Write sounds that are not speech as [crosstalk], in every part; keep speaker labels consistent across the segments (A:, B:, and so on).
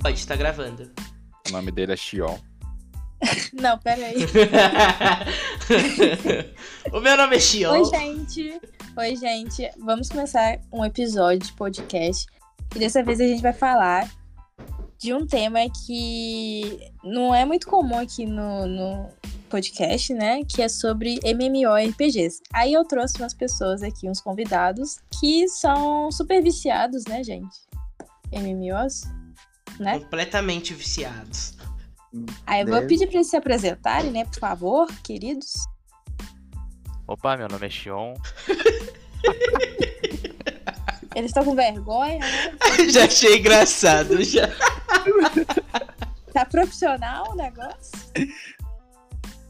A: Pode estar gravando. [laughs]
B: O nome dele é Xion.
C: Não, peraí.
A: o meu nome é Xion.
C: Oi, gente. Oi, gente. Vamos começar um episódio de podcast. E dessa vez a gente vai falar de um tema que não é muito comum aqui no, no podcast, né? Que é sobre MMORPGs. Aí eu trouxe umas pessoas aqui, uns convidados, que são super viciados, né, gente? MMOs, né?
A: Completamente viciados.
C: Aí eu vou pedir pra eles se apresentarem, né, por favor, queridos.
D: Opa, meu nome é Xion.
C: Eles estão com vergonha, né?
A: [laughs] já achei engraçado. Já.
C: Tá profissional o negócio?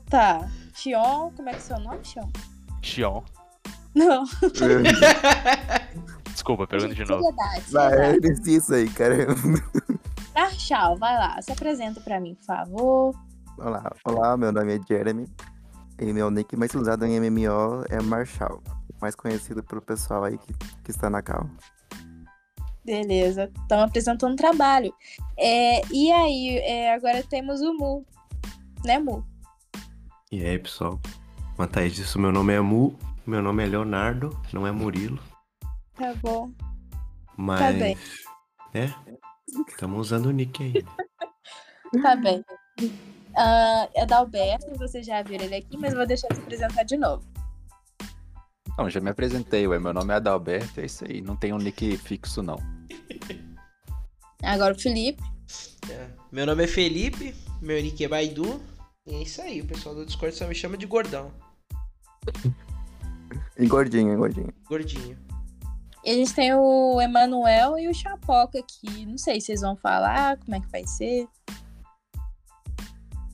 C: Tá. Xion, como é que é seu nome, Xion?
D: Xion.
C: Não,
E: É, [laughs]
D: Desculpa, pergunta de novo.
C: seriedade.
E: Vai,
C: seriedade.
E: eu disse isso é aí, cara. [laughs]
C: Marshall, Tá, vai lá, se apresenta pra mim, por favor.
E: Olá, olá, meu nome é Jeremy. E meu nick mais usado em MMO é Marshall. Mais conhecido pro pessoal aí que, que está na cal.
C: Beleza, estão apresentando trabalho. É, e aí, é, agora temos o Mu. Né, Mu?
F: E aí, pessoal? Quanto a isso, meu nome é Mu, meu nome é Leonardo, não é Murilo,
C: Tá bom.
F: mas.
C: bem.
F: É? Estamos usando o nick aí.
C: Tá bem. Ah, é da Alberto, vocês já viram ele aqui, mas vou deixar ele se apresentar de novo.
B: Não, já me apresentei, ué. Meu nome é Adalberto, é isso aí. Não tem um nick fixo, não.
C: Agora o Felipe.
A: Meu nome é Felipe, meu nick é Baidu. E é isso aí, o pessoal do Discord só me chama de gordão.
E: E gordinho, e gordinho.
A: Gordinho.
C: E a gente tem o Emanuel e o Chapoca aqui. Não sei se vocês vão falar, como é que vai ser.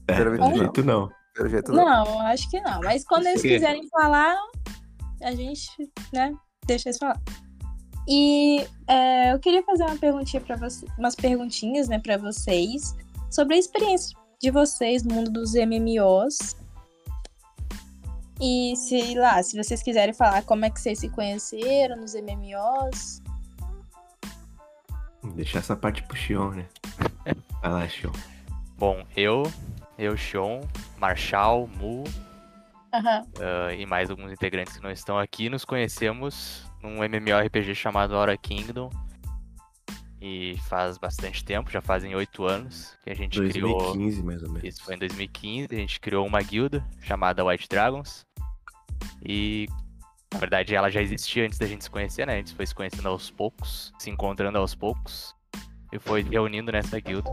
F: É,
E: Quero ver
F: pelo
E: de
F: jeito não.
E: Pelo jeito não.
C: Não, acho que não. Mas quando eles
F: Por quê?
C: quiserem falar, a gente, né, deixa eles falar. E é, eu queria fazer uma perguntinha para vocês, umas perguntinhas, né, para vocês sobre a experiência de vocês no mundo dos MMOs. E sei lá, se vocês quiserem falar como é que vocês se conheceram nos MMOs.
F: Deixar essa parte pro Xion, né? Vai lá, Xion.
D: Bom, eu, eu, Xion, Marshall, Mu
C: Aham.
D: ah, e mais alguns integrantes que não estão aqui, nos conhecemos num MMORPG chamado Hora Kingdom. E faz bastante tempo, já fazem oito anos, que a gente criou
F: 2015, mais ou menos.
D: Isso foi em 2015, a gente criou uma guilda chamada White Dragons. E na verdade ela já existia antes da gente se conhecer, né? A gente foi se conhecendo aos poucos, se encontrando aos poucos e foi reunindo nessa guilda.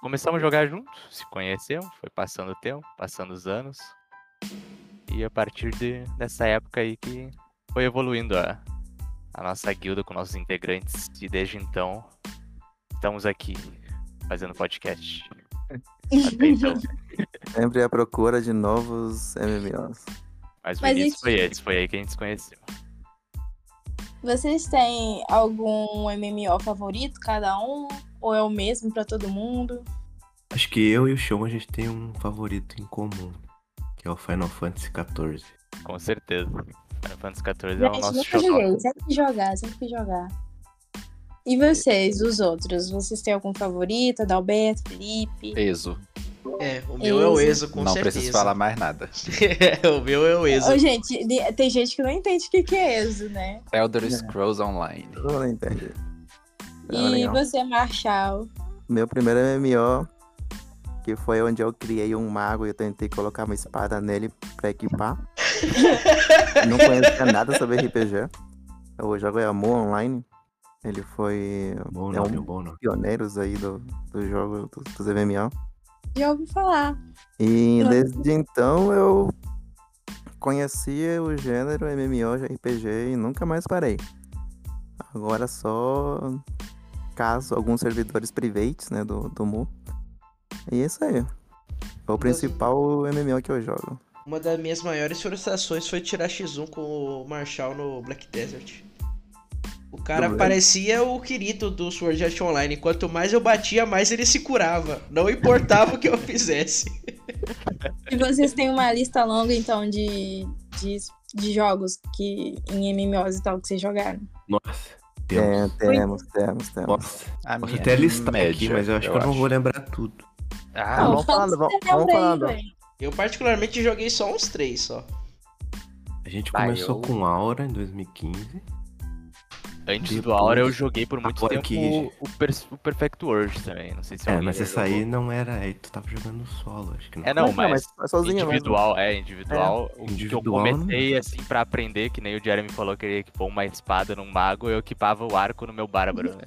D: Começamos a jogar juntos, se conhecemos, foi passando o tempo, passando os anos. E a partir de- dessa época aí que foi evoluindo a, a nossa guilda com nossos integrantes. E desde então, estamos aqui fazendo podcast. Até então.
E: Sempre à procura de novos MMOs.
D: Mas o
C: Mas
D: início
C: isso-
D: foi antes, foi aí que a gente se conheceu.
C: Vocês têm algum MMO favorito cada um ou é o mesmo para todo mundo?
F: Acho que eu e o Xion a gente tem um favorito em comum, que é o Final Fantasy XIV.
D: Com certeza. Final Fantasy XIV é o
C: Gente,
D: nosso
C: nunca
D: xodó.
C: joguei, sempre que jogar, sempre que jogar. E vocês, os outros? Vocês têm algum favorito? Adalberto, Felipe?
B: Exo.
A: É, o meu é o
C: Exo.
A: Exo, com
B: não
A: certeza. [laughs]
B: preciso falar mais
D: [laughs]
B: nada.
A: o meu é o Exo.
C: Ô, gente, de- tem gente que não entende o que, que é ESO, né?
B: Elder Scrolls Online.
E: Eu não entendi. É,
C: e
E: legal.
C: você, Marshall?
E: Meu primeiro MMO, que foi onde eu criei um mago e eu tentei colocar uma espada nele pra equipar. Não conhecia nada sobre RPG. Eu jogo é Amor Online. Ele foi
F: Tá Bom
E: É
F: nome,
E: um-
F: bom nome.
E: pioneiros aí do, do jogo do- dos MMO.
C: Já ouvi falar.
E: E
C: Ah.
E: desde então eu conhecia o gênero MMO RPG e nunca mais parei. Agora só caso alguns servidores privates, né, do, do Mu. E é isso aí. É o principal MMO que eu jogo.
A: Uma das minhas maiores frustrações foi tirar X1 com o Marshall no Black Desert. O cara
E: Não, é.
A: parecia o Kirito do Sword Art Online. Quanto mais eu batia, mais ele se curava. Não importava o que eu fizesse.
C: E vocês têm uma lista longa, então, de, de, de jogos que em MMOs e tal que vocês jogaram?
F: Nossa,
E: É, um
F: Temos.
E: temos, temos, temos.
F: um Nossa,
B: A
F: posso
B: minha
F: até listar
B: média,
F: aqui, mas eu acho que eu não vou lembrar tudo.
E: Ah,
D: Ah,
E: vamos falar,
C: Fala
E: vamos-
C: que você
E: vamos
C: lembra
E: falar
C: aí,
E: do-
C: velho.
A: Eu particularmente joguei só uns três só.
F: A gente
D: Ah,
F: começou
D: eu-
F: com Aura em 2015.
D: antes do
F: depois-
D: Aura eu joguei por muito
F: Agora
D: tempo
F: que-
D: o, o Per- o Perfect World também. Não sei se
F: É,
D: alguém
F: mas
D: já
F: essa
D: jogou.
F: aí não era. Aí tu tava jogando solo, acho que não.
D: É, não, mas-
E: é sozinho mesmo.
D: individual, é, individual. O que eu
F: Individual,
D: comecei, assim, pra aprender, que nem o Jeremy falou que ele equipou uma espada num mago, eu equipava o arco no meu bárbaro, né?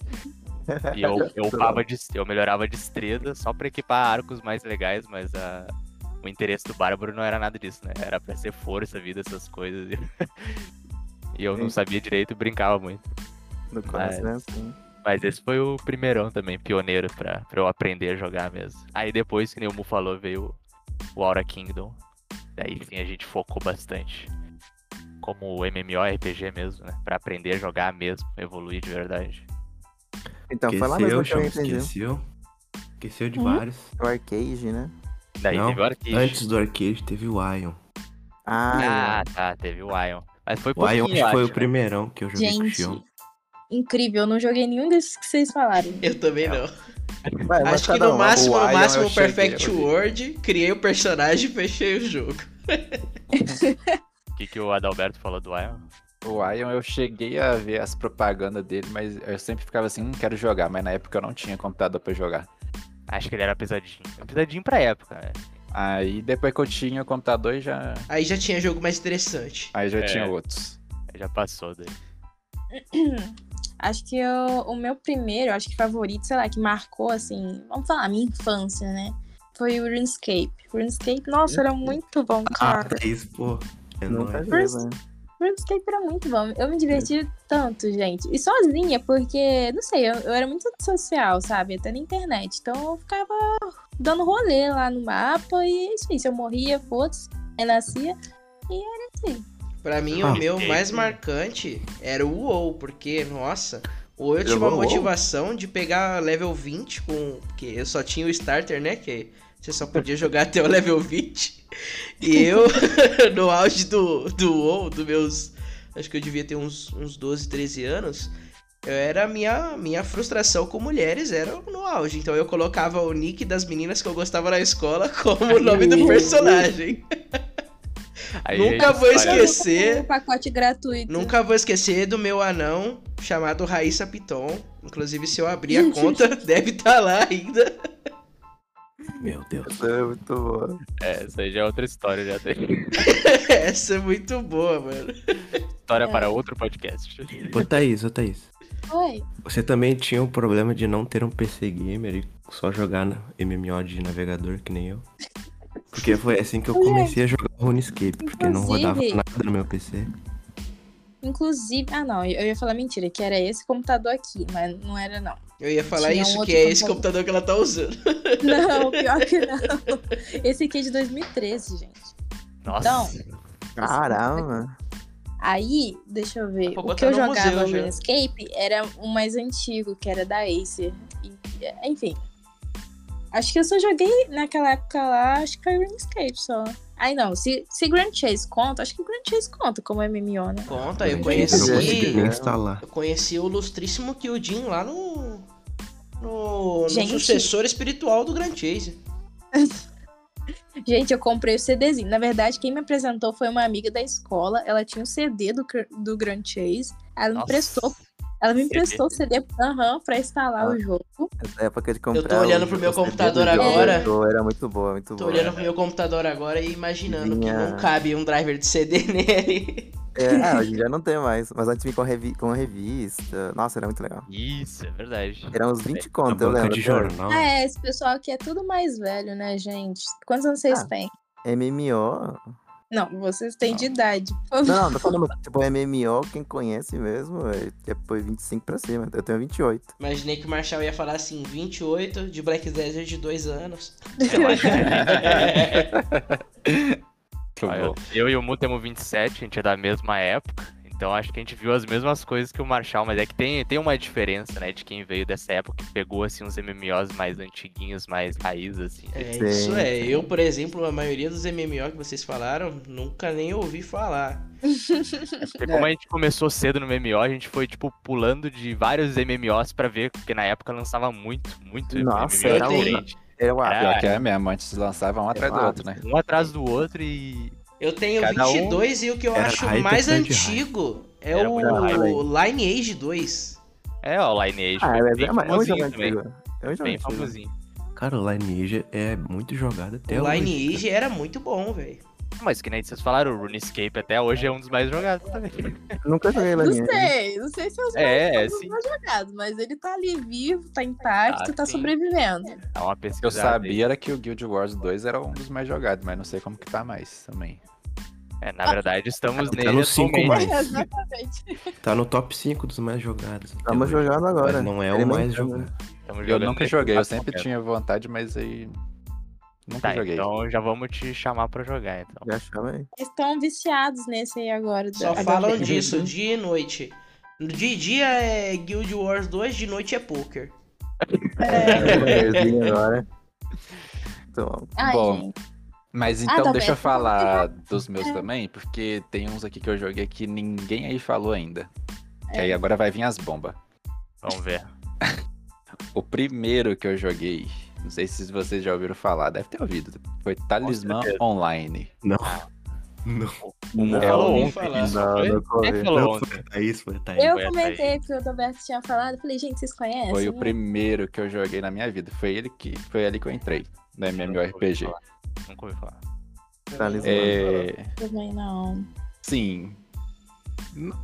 D: E eu,
E: [laughs]
D: eu, upava de- eu melhorava destreza só pra equipar arcos mais legais, mas a- o interesse do bárbaro não era nada disso, né? Era pra ser força, vida, essas coisas. [laughs] E eu não
E: Sim.
D: sabia direito e brincava muito.
E: No começo, né? Assim.
D: Mas esse foi o primeirão também, pioneiro, pra, pra eu aprender a jogar mesmo. Aí depois, que nem o Mu falou, veio o Aura Kingdom. Daí sim a gente focou bastante. Como o MMORPG mesmo, né? Pra aprender a jogar mesmo, evoluir de verdade.
E: Então, foi lá
F: Esqueceu,
E: mesmo que eu
F: Chão,
E: entendi.
F: esqueceu. Esqueceu de
C: Hum?
F: vários.
E: O arcade, né?
D: Daí
F: Não,
D: teve o Arcade.
F: Antes do arcade teve o Ion.
E: Ah,
D: Ah, tá, teve o Ion. Mas foi
F: O Ion
D: pouquinho,
F: acho que foi
D: eu
F: o
D: acho, né?
F: primeirão que eu joguei com o
C: Gente,
F: Chão.
C: incrível. Eu não joguei nenhum desses que vocês falaram.
A: Eu também não.
E: vai,
B: é
E: vai
A: Acho que
E: cada
A: no
E: um.
A: máximo,
B: O
A: no
B: Ion
A: máximo
B: eu
A: o Perfect
B: cheguei, eu vi.
A: World, criei o personagem e fechei o jogo.
D: O que, que o Adalberto falou do Ion?
B: O Ion, eu cheguei a ver as propagandas dele, mas eu sempre ficava assim, não quero jogar, mas na época eu não tinha computador pra jogar.
D: Acho que ele era pesadinho. Pesadinho pra época, né?
B: Aí depois que eu tinha o computador, e já...
A: Aí já tinha jogo mais interessante.
B: aí já
D: É.
B: tinha outros.
D: Já passou daí.
C: Acho que eu- o meu primeiro, acho que favorito, sei lá, que marcou, assim, vamos falar, minha infância, né? Foi o RuneScape. RuneScape, nossa, era muito bom,
F: Ah,
C: cara.
F: é isso, pô. É
E: Nunca
F: nóis.
E: vi,
C: First-
E: velho.
C: RuneScape era muito bom. Eu me diverti tanto, gente. E sozinha, porque, não sei, eu, eu era muito social, sabe? Até na internet. Então eu ficava dando rolê lá no mapa e é isso aí. Se eu morria, foda-se, renascia. E era isso aí.
A: Pra mim,
F: Ah,
A: o meu
D: ok.
A: mais marcante era o UOL, porque, nossa, o UOL eu tive
B: Jogou
A: uma
B: o UOL?
A: motivação de pegar level 20 com. Porque eu só tinha o starter, né? Que você só podia jogar até o level 20. E eu, [laughs] no auge do, do UOL, dos meus. Acho que eu devia ter uns, uns 12, 13 anos. Eu era a minha, minha frustração com mulheres era no auge. Então eu colocava o nick das meninas que eu gostava na escola [laughs] como o nome do personagem.
D: Aí
A: Nunca
D: a
A: vou
D: gente espalhou.
A: esquecer.
C: Um pacote gratuito.
A: Nunca vou esquecer do meu anão chamado Raíssa Piton. Inclusive, se eu abrir a conta, [laughs] deve estar lá ainda. [laughs]
F: Meu Deus.
E: Isso é muito bom.
D: É, isso aí já é outra história, já tem.
A: Essa é muito boa, mano.
D: História
C: É.
D: para outro podcast.
F: Ô, Thaís, ô, Thaís.
C: Foi.
F: Você também tinha o problema de não ter um PC gamer e só jogar na MMO de navegador, que nem eu. Porque foi assim que eu comecei a jogar RuneScape, porque não rodava
C: Inclusive-
F: nada no meu PC.
C: Inclusive, ah não, eu ia falar mentira, que era esse computador aqui, mas não
A: [laughs]
C: era não.
A: Eu ia falar
C: Tinha um
A: isso,
C: outro
A: que é esse computador
C: computador.
A: que ela tá usando.
C: Não, pior que não. Esse aqui é de 2013, gente.
D: Nossa.
C: Então,
E: Caramba.
C: aí, deixa eu ver.
A: Vou
C: O
A: botar
C: que eu
A: Ah, no
C: jogava
A: museu
C: no
A: já.
C: RuneScape era o mais antigo, que era da Acer. E, enfim. Acho que eu só joguei naquela época lá, acho que foi RuneScape só. Aí não, se, se Grand Chase conta, acho que Grand Chase conta como MMO, né?
A: Conta, eu
F: Eu não consegui
A: conheci.
F: nem instalar.
A: Eu conheci o ilustríssimo Kyojin lá no. No, no
C: Gente.
A: sucessor espiritual do Grand Chase.
C: Gente, eu comprei o CDzinho. Na verdade, quem me apresentou foi uma amiga da escola. Ela tinha um CD do, Cr- do Grand Chase. Ela me
D: Nossa.
C: emprestou. Ela me
D: CD.
C: emprestou o CD aham, pra instalar o jogo.
E: Essa época de comprar.
A: olhando
E: o-
A: pro meu
E: o CD do
A: computador
E: jogo,
A: agora.
E: pô, Era muito boa, muito
A: Tô
E: boa.
A: olhando pro meu computador agora e imaginando que
E: Minha-
A: não cabe um driver de CD [laughs] nele.
E: É, ah, hoje em dia não tem mais. Mas antes vim com, revi com revista. Nossa, era muito legal.
D: Isso, é verdade.
E: Eram uns
D: É,
E: 20
F: A
E: conto, eu
F: banca
E: lembro.
F: de
E: até hoje.
F: jornal.
C: Ah, é, esse pessoal aqui é tudo mais velho, né, gente? Quantos anos vocês
E: Ah.
C: têm?
E: MMO.
C: Não, vocês têm de idade. [laughs]
E: Não, não, tô falando, [laughs] tipo, MMO, quem conhece mesmo, é depois 25 pra cima. Eu tenho 28.
A: Imaginei que o Marshall ia falar assim: 28 de Black Desert de 2 anos.
D: Eu acho [laughs]
B: Muito
D: Ah,
A: É,
B: bom.
D: Eu, eu e o Mu temos 27, a gente é da mesma época. Então acho que a gente viu as mesmas coisas que o Marshall, mas é que tem, tem uma diferença, né, de quem veio dessa época que pegou assim uns MMOs mais antiguinhos, mais raiz assim.
A: É,
E: Sim,
A: isso é.
E: sim.
A: Eu, por exemplo, a maioria dos MMO que vocês falaram, nunca nem ouvi falar.
E: É.
D: Porque como a gente começou cedo no MMO, a gente foi tipo pulando de vários MMOs pra ver, porque na época lançava muito, muito
E: Nossa,
D: MMO
A: era um-
D: diferente.
E: Eu acho.
D: Ah,
B: Pior que é mesmo, antes lançavam um atrás do outro, né?
D: Um atrás do outro e
A: Eu tenho
D: Cada um
A: 22 e o que eu
F: era
A: acho
F: hype
A: mais
F: atrás de
A: antigo é
D: Era
A: o
D: muito
A: Lineage 2.
D: é, ó, Lineage
E: Ah,
D: foi
E: mas
D: bem
E: é, mas é um jogo
D: famosinho também,
E: antigo. É um jogo
D: bem
E: antigo.
D: famosinho.
F: Cara, o Lineage é muito jogado até
A: o
F: hoje.
A: Lineage era muito bom, velho.
D: Mas que nem vocês falaram, o RuneScape até hoje é um dos mais jogados também.
E: Nunca joguei
C: Não
E: Lineage.
C: sei, não sei se é os
D: É, [laughs]
C: mais,
D: sim.
C: os mais jogados, mas ele tá ali vivo, tá intacto,
D: Ah,
C: tá
D: sim.
C: sobrevivendo.
D: É uma
B: O que eu
D: pesquisa.
B: sabia era que o Guild Wars 2 era um dos mais jogados, mas não sei como que tá mais também.
D: É, na verdade, estamos
F: Tá
D: nele
F: no cinco
D: atualmente.
F: mais.
C: É, [laughs] exatamente.
F: Tá no top 5 dos mais jogados. até
E: Estamos
F: hoje.
E: jogando Tá agora.
F: Mas não é o
E: Ele
F: mais
E: não-
F: jogado.
D: Estamos
B: Eu
D: jogando Tá,
B: nunca
D: nesse
B: joguei, eu
D: exato
B: sempre
D: momento.
B: tinha vontade, mas aí. Nunca
D: Tá,
B: joguei.
D: então já vamos te chamar pra jogar, então.
E: Já chama aí.
C: Eles estão viciados nesse aí agora.
A: Só
C: da-
A: falam
C: da-
A: disso dia e noite. De dia é Guild Wars 2, de noite é poker.
C: É.
E: Bannerzinho agora. Então,
C: Ai,
B: Bom,
C: gente.
B: Mas
C: tá
B: então
C: bem.
B: deixa eu falar dos meus também, porque tem uns aqui que eu joguei que ninguém aí falou ainda. Que aí agora vai vir as bombas.
D: Vamos ver.
B: O primeiro que eu joguei, não sei se vocês já ouviram falar, deve ter ouvido, foi Talismã Online.
F: Não,
A: Não
B: É
A: falou nem
B: ontem,
A: falar.
E: não, não
D: Quem
E: corri.
D: falou
F: não
D: ontem?
F: foi tá isso, foi
E: é
F: tá isso.
C: Eu
D: Aguenta
C: comentei que o Roberto tinha falado, falei, gente, vocês conhecem?
B: Foi o primeiro que eu joguei na minha vida. Foi ele que foi ali que eu entrei né, no MMORPG.
D: Nunca ouvi falar. Nunca ouvi falar.
E: Talismã.
B: É,
C: Também não.
B: sim. Não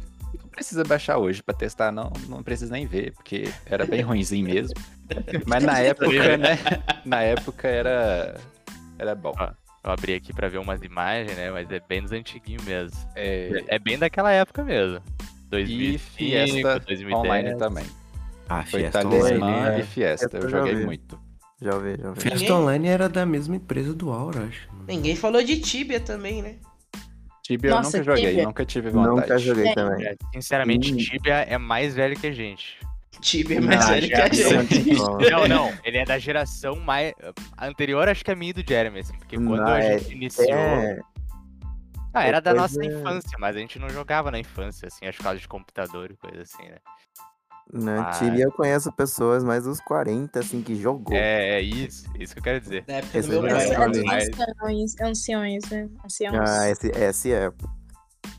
B: não precisa baixar hoje pra testar, não, não precisa nem ver, porque era bem ruimzinho
C: [laughs]
B: mesmo. Mas na época, né? Na época era era bom.
D: Eu abri aqui pra ver umas imagens, né? Mas é bem dos antiguinhos mesmo.
B: É,
D: É bem daquela época mesmo. 2005,
B: Fiesta
D: 2010.
B: online também.
F: Ah,
B: Foi
F: Fiesta Online.
B: Talismã
E: Online,
B: e Fiesta,
E: Fiesta
B: eu
E: eu já
B: joguei
E: vi.
B: muito.
E: Já ouvi, já ouvi.
F: Fiesta
A: Ninguém-
F: Online era da mesma empresa do Aura, acho.
A: Ninguém falou de Tibia também, né?
B: Tibia eu
C: Nossa,
B: nunca joguei,
C: Tibia.
B: nunca tive vontade.
E: Nunca joguei
C: Gente,
E: também.
D: É, Sinceramente,
E: Hum.
D: Tibia é mais velho que a gente.
A: Tibia é mais
D: Não,
A: velho que
D: Ah, já-
A: a gente.
D: Não, não. Ele é da geração mais. Anterior, acho que a minha e do Jeremy, assim. Porque quando
E: Não,
D: a
E: é-
D: gente iniciou.
E: É,
D: Ah, era da
E: Depois
D: nossa
E: é-
D: infância, mas a gente não jogava na infância, assim, acho que por causa de computador e coisa assim, né?
E: no
D: Ah.
E: time eu conheço pessoas mais dos 40, assim, que jogou.
D: É, é isso, isso que eu quero dizer.
A: Da época do
E: Esse
A: meu
E: eu
A: pai.
E: já joguei.
D: Mas-
C: Anciões, anciões, né? Anciões.
E: Ah, esse, esse é.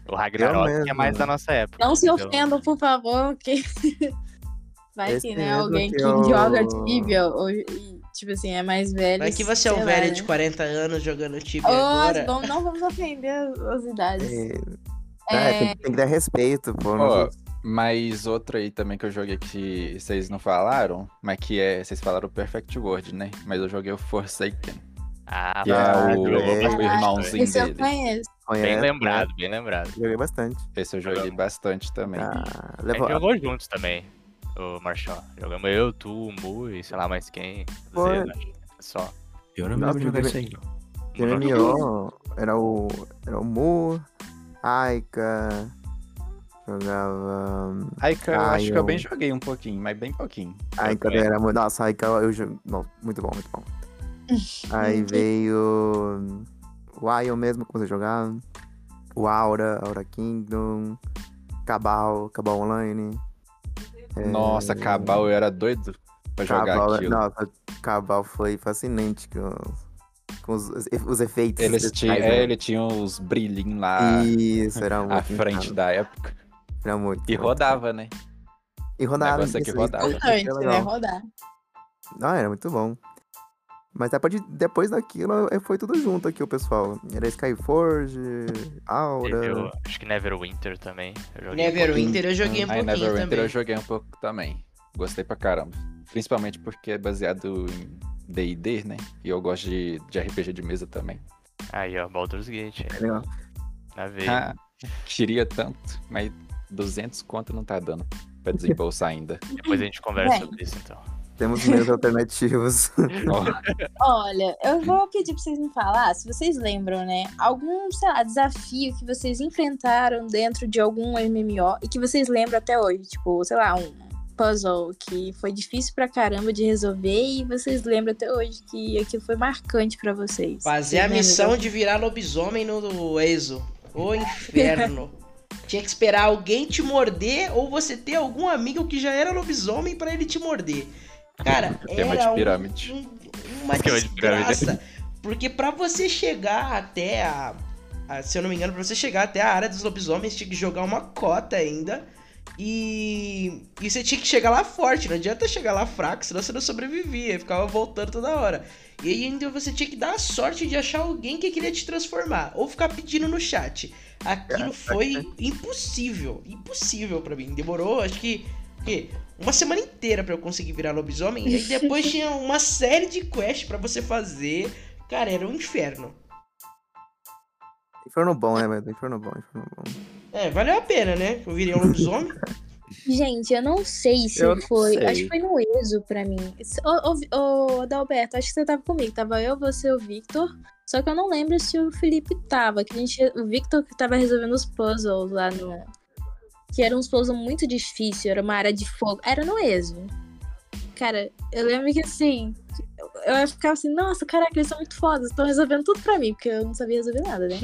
D: O Ragnarok é
E: mesmo,
D: mais
E: né?
D: da nossa época.
C: Não se
D: então-
C: ofendam, por favor, que [laughs] vai
E: Esse
C: que, né,
E: mesmo
C: alguém
E: que
C: que
E: eu-
C: joga Tibia, ou, e, tipo assim, é mais velho.
A: Vai que você é
C: sei
A: um
C: lá,
A: velho
C: né?
A: de 40 anos jogando Tibia
C: Ô,
A: agora.
C: vamos, não vamos ofender as, as idades.
E: é, é,
C: É,
E: tem, tem que dar respeito, pô. não-
B: Ó, Mas outro aí também que eu joguei que vocês não falaram, mas que é. Vocês falaram Perfect World, né? Mas eu joguei o Forsaken,
D: Ah,
B: que
E: Ah,
B: é
D: tá.
B: o,
E: joguei.
B: o irmãozinho
C: esse eu
B: dele.
C: conheço.
D: Bem
E: conhece,
D: lembrado, bem lembrado.
E: né? Joguei bastante.
B: Esse eu joguei bastante também.
E: Ah,
D: A gente
E: levou,
D: jogou juntos também, o Marshall. Jogamos eu, tu, o Mu e sei lá mais quem.
E: Foi.
D: Zé, né? Só.
F: Eu não me
E: Nossa,
F: lembro de é jogar
E: eu
F: isso aí, não.
E: Que no MMO era o. Era o Mu, Aika, jogava.
B: Aika, eu
E: Ah,
B: acho que eu
E: eu-
B: bem joguei um pouquinho, mas bem pouquinho.
E: Aika
D: também.
E: era muito. Nossa, Aika eu jogo. Não, muito bom,
B: [laughs]
E: muito bom. Aí
C: Entendi.
E: veio. O Ion mesmo, que você jogava. O Aura, Aura Kingdom, Cabal, Cabal Online.
B: Nossa, Cabal, eu era doido pra jogar
E: É. Cabal, é
B: aquilo.
E: nossa, Cabal foi fascinante com, com os, os efeitos.
B: Eles tinham,
E: especiais,
B: é,
E: né?
B: ele tinha uns brilhinhos lá
E: Isso, era
B: [laughs]
E: muito.
B: à frente
E: incrível,
B: da época.
E: Era muito.
B: E
E: muito.
B: rodava, né?
E: E
B: O
E: rodava.
B: negócio é que
E: isso,
B: rodava.
E: isso, isso
C: Importante,
E: era
C: né?
E: legal.
C: Rodar.
E: Ah, era muito bom. Mas a partir, depois daquilo eh, foi tudo junto aqui, o pessoal. Era Skyforge,
D: Teve o-
E: Aura.
D: acho que Neverwinter também. eu joguei um pouquinho.
A: Neverwinter eu joguei um
B: Ah, Aí
A: pouquinho
B: Neverwinter eu
A: também.
B: joguei um pouco também. Gostei pra caramba. Principalmente porque é baseado em D&D, né? E eu gosto de, de RPG de mesa também.
D: Aí, ó, Baldur's Gate. aí,
E: Legal.
D: Na
B: Ah,
D: veia.
B: [laughs] queria tanto, mas 200 conto não tá dando pra desembolsar ainda.
A: [laughs]
D: Depois a gente conversa
C: Bem.
D: sobre isso, então.
E: Temos meios alternativos. [laughs]
C: Olha, eu vou pedir pra vocês me falar, se vocês lembram, né? Algum, sei lá, desafio que vocês enfrentaram dentro de algum MMO e que vocês lembram até hoje. Tipo, sei lá, um puzzle que foi difícil pra caramba de resolver e vocês lembram até hoje que aquilo foi marcante pra vocês.
A: Fazer
C: Vocês
A: a
C: lembram
A: missão de virar lobisomem no- no Exo.
C: [laughs]
A: Ô inferno. Tinha que esperar alguém te morder ou você ter algum amigo que já era lobisomem pra ele te morder. Cara,
B: Esquema
A: era
B: de pirâmide.
A: um- um- uma
D: Esquema de pirâmide.
A: desgraça. Porque pra você chegar até a, a- Se eu não me engano, pra você chegar até a área dos lobisomens, tinha que jogar uma cota ainda. E, e você tinha que chegar lá forte, não adianta chegar lá fraco, senão você não sobrevivia, ficava voltando toda hora. E aí ainda você tinha que dar a sorte de achar alguém que queria te transformar, ou ficar pedindo no chat. Aquilo foi impossível, impossível pra mim. Demorou, acho que, o quê? uma semana inteira pra eu conseguir virar lobisomem. E aí depois tinha uma série de quests pra você fazer. Cara, era um inferno.
E: Inferno bom, né, mano? Inferno bom, inferno bom.
A: É, valeu a pena, né? Que eu virei um lobisomem.
C: Gente, eu não sei se
B: Eu não
C: foi.
B: sei.
C: Acho que foi no Exo pra mim. Se- Ô, ô, ô, Adalberto, acho que você tava comigo. Tava eu, você e o Victor. Só que eu não lembro se o Felipe tava. Que a gente, o Victor que tava resolvendo os puzzles lá no. Que eram uns puzzles muito difíceis, era uma área de fogo. Era no Exo. Cara, eu lembro que assim. Eu, eu ficava assim, nossa, caraca, eles são muito fodas, estão resolvendo tudo pra mim, porque eu não sabia resolver nada, né?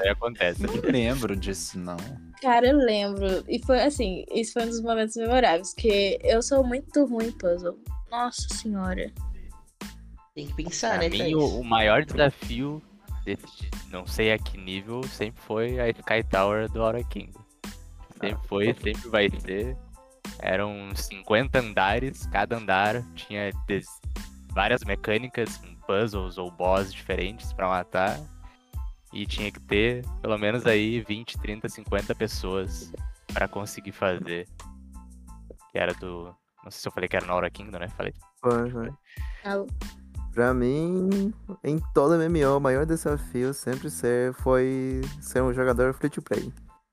D: Aí acontece.
B: Não lembro disso, não.
C: Cara, eu lembro. E foi assim, esse foi um dos momentos memoráveis, porque eu sou muito ruim em puzzle. Nossa senhora.
A: Tem que pensar,
D: Pra
A: né,
D: mim,
A: Thaís?
D: o, o maior desafio desse, não sei a que nível, sempre foi a Sky Tower do Aura King. Sempre foi, sempre vai ser. Eram 50 andares, cada andar tinha des- várias mecânicas, com puzzles ou boss diferentes pra matar. E tinha que ter pelo menos aí 20, 30, 50 pessoas pra conseguir fazer. Que era do. Não sei se eu falei que era no Aura Kingdom, né? Falei.
E: Foi, foi.
C: Ah,
E: Pra mim, em todo MMO, o maior desafio sempre ser, foi ser um jogador free to play.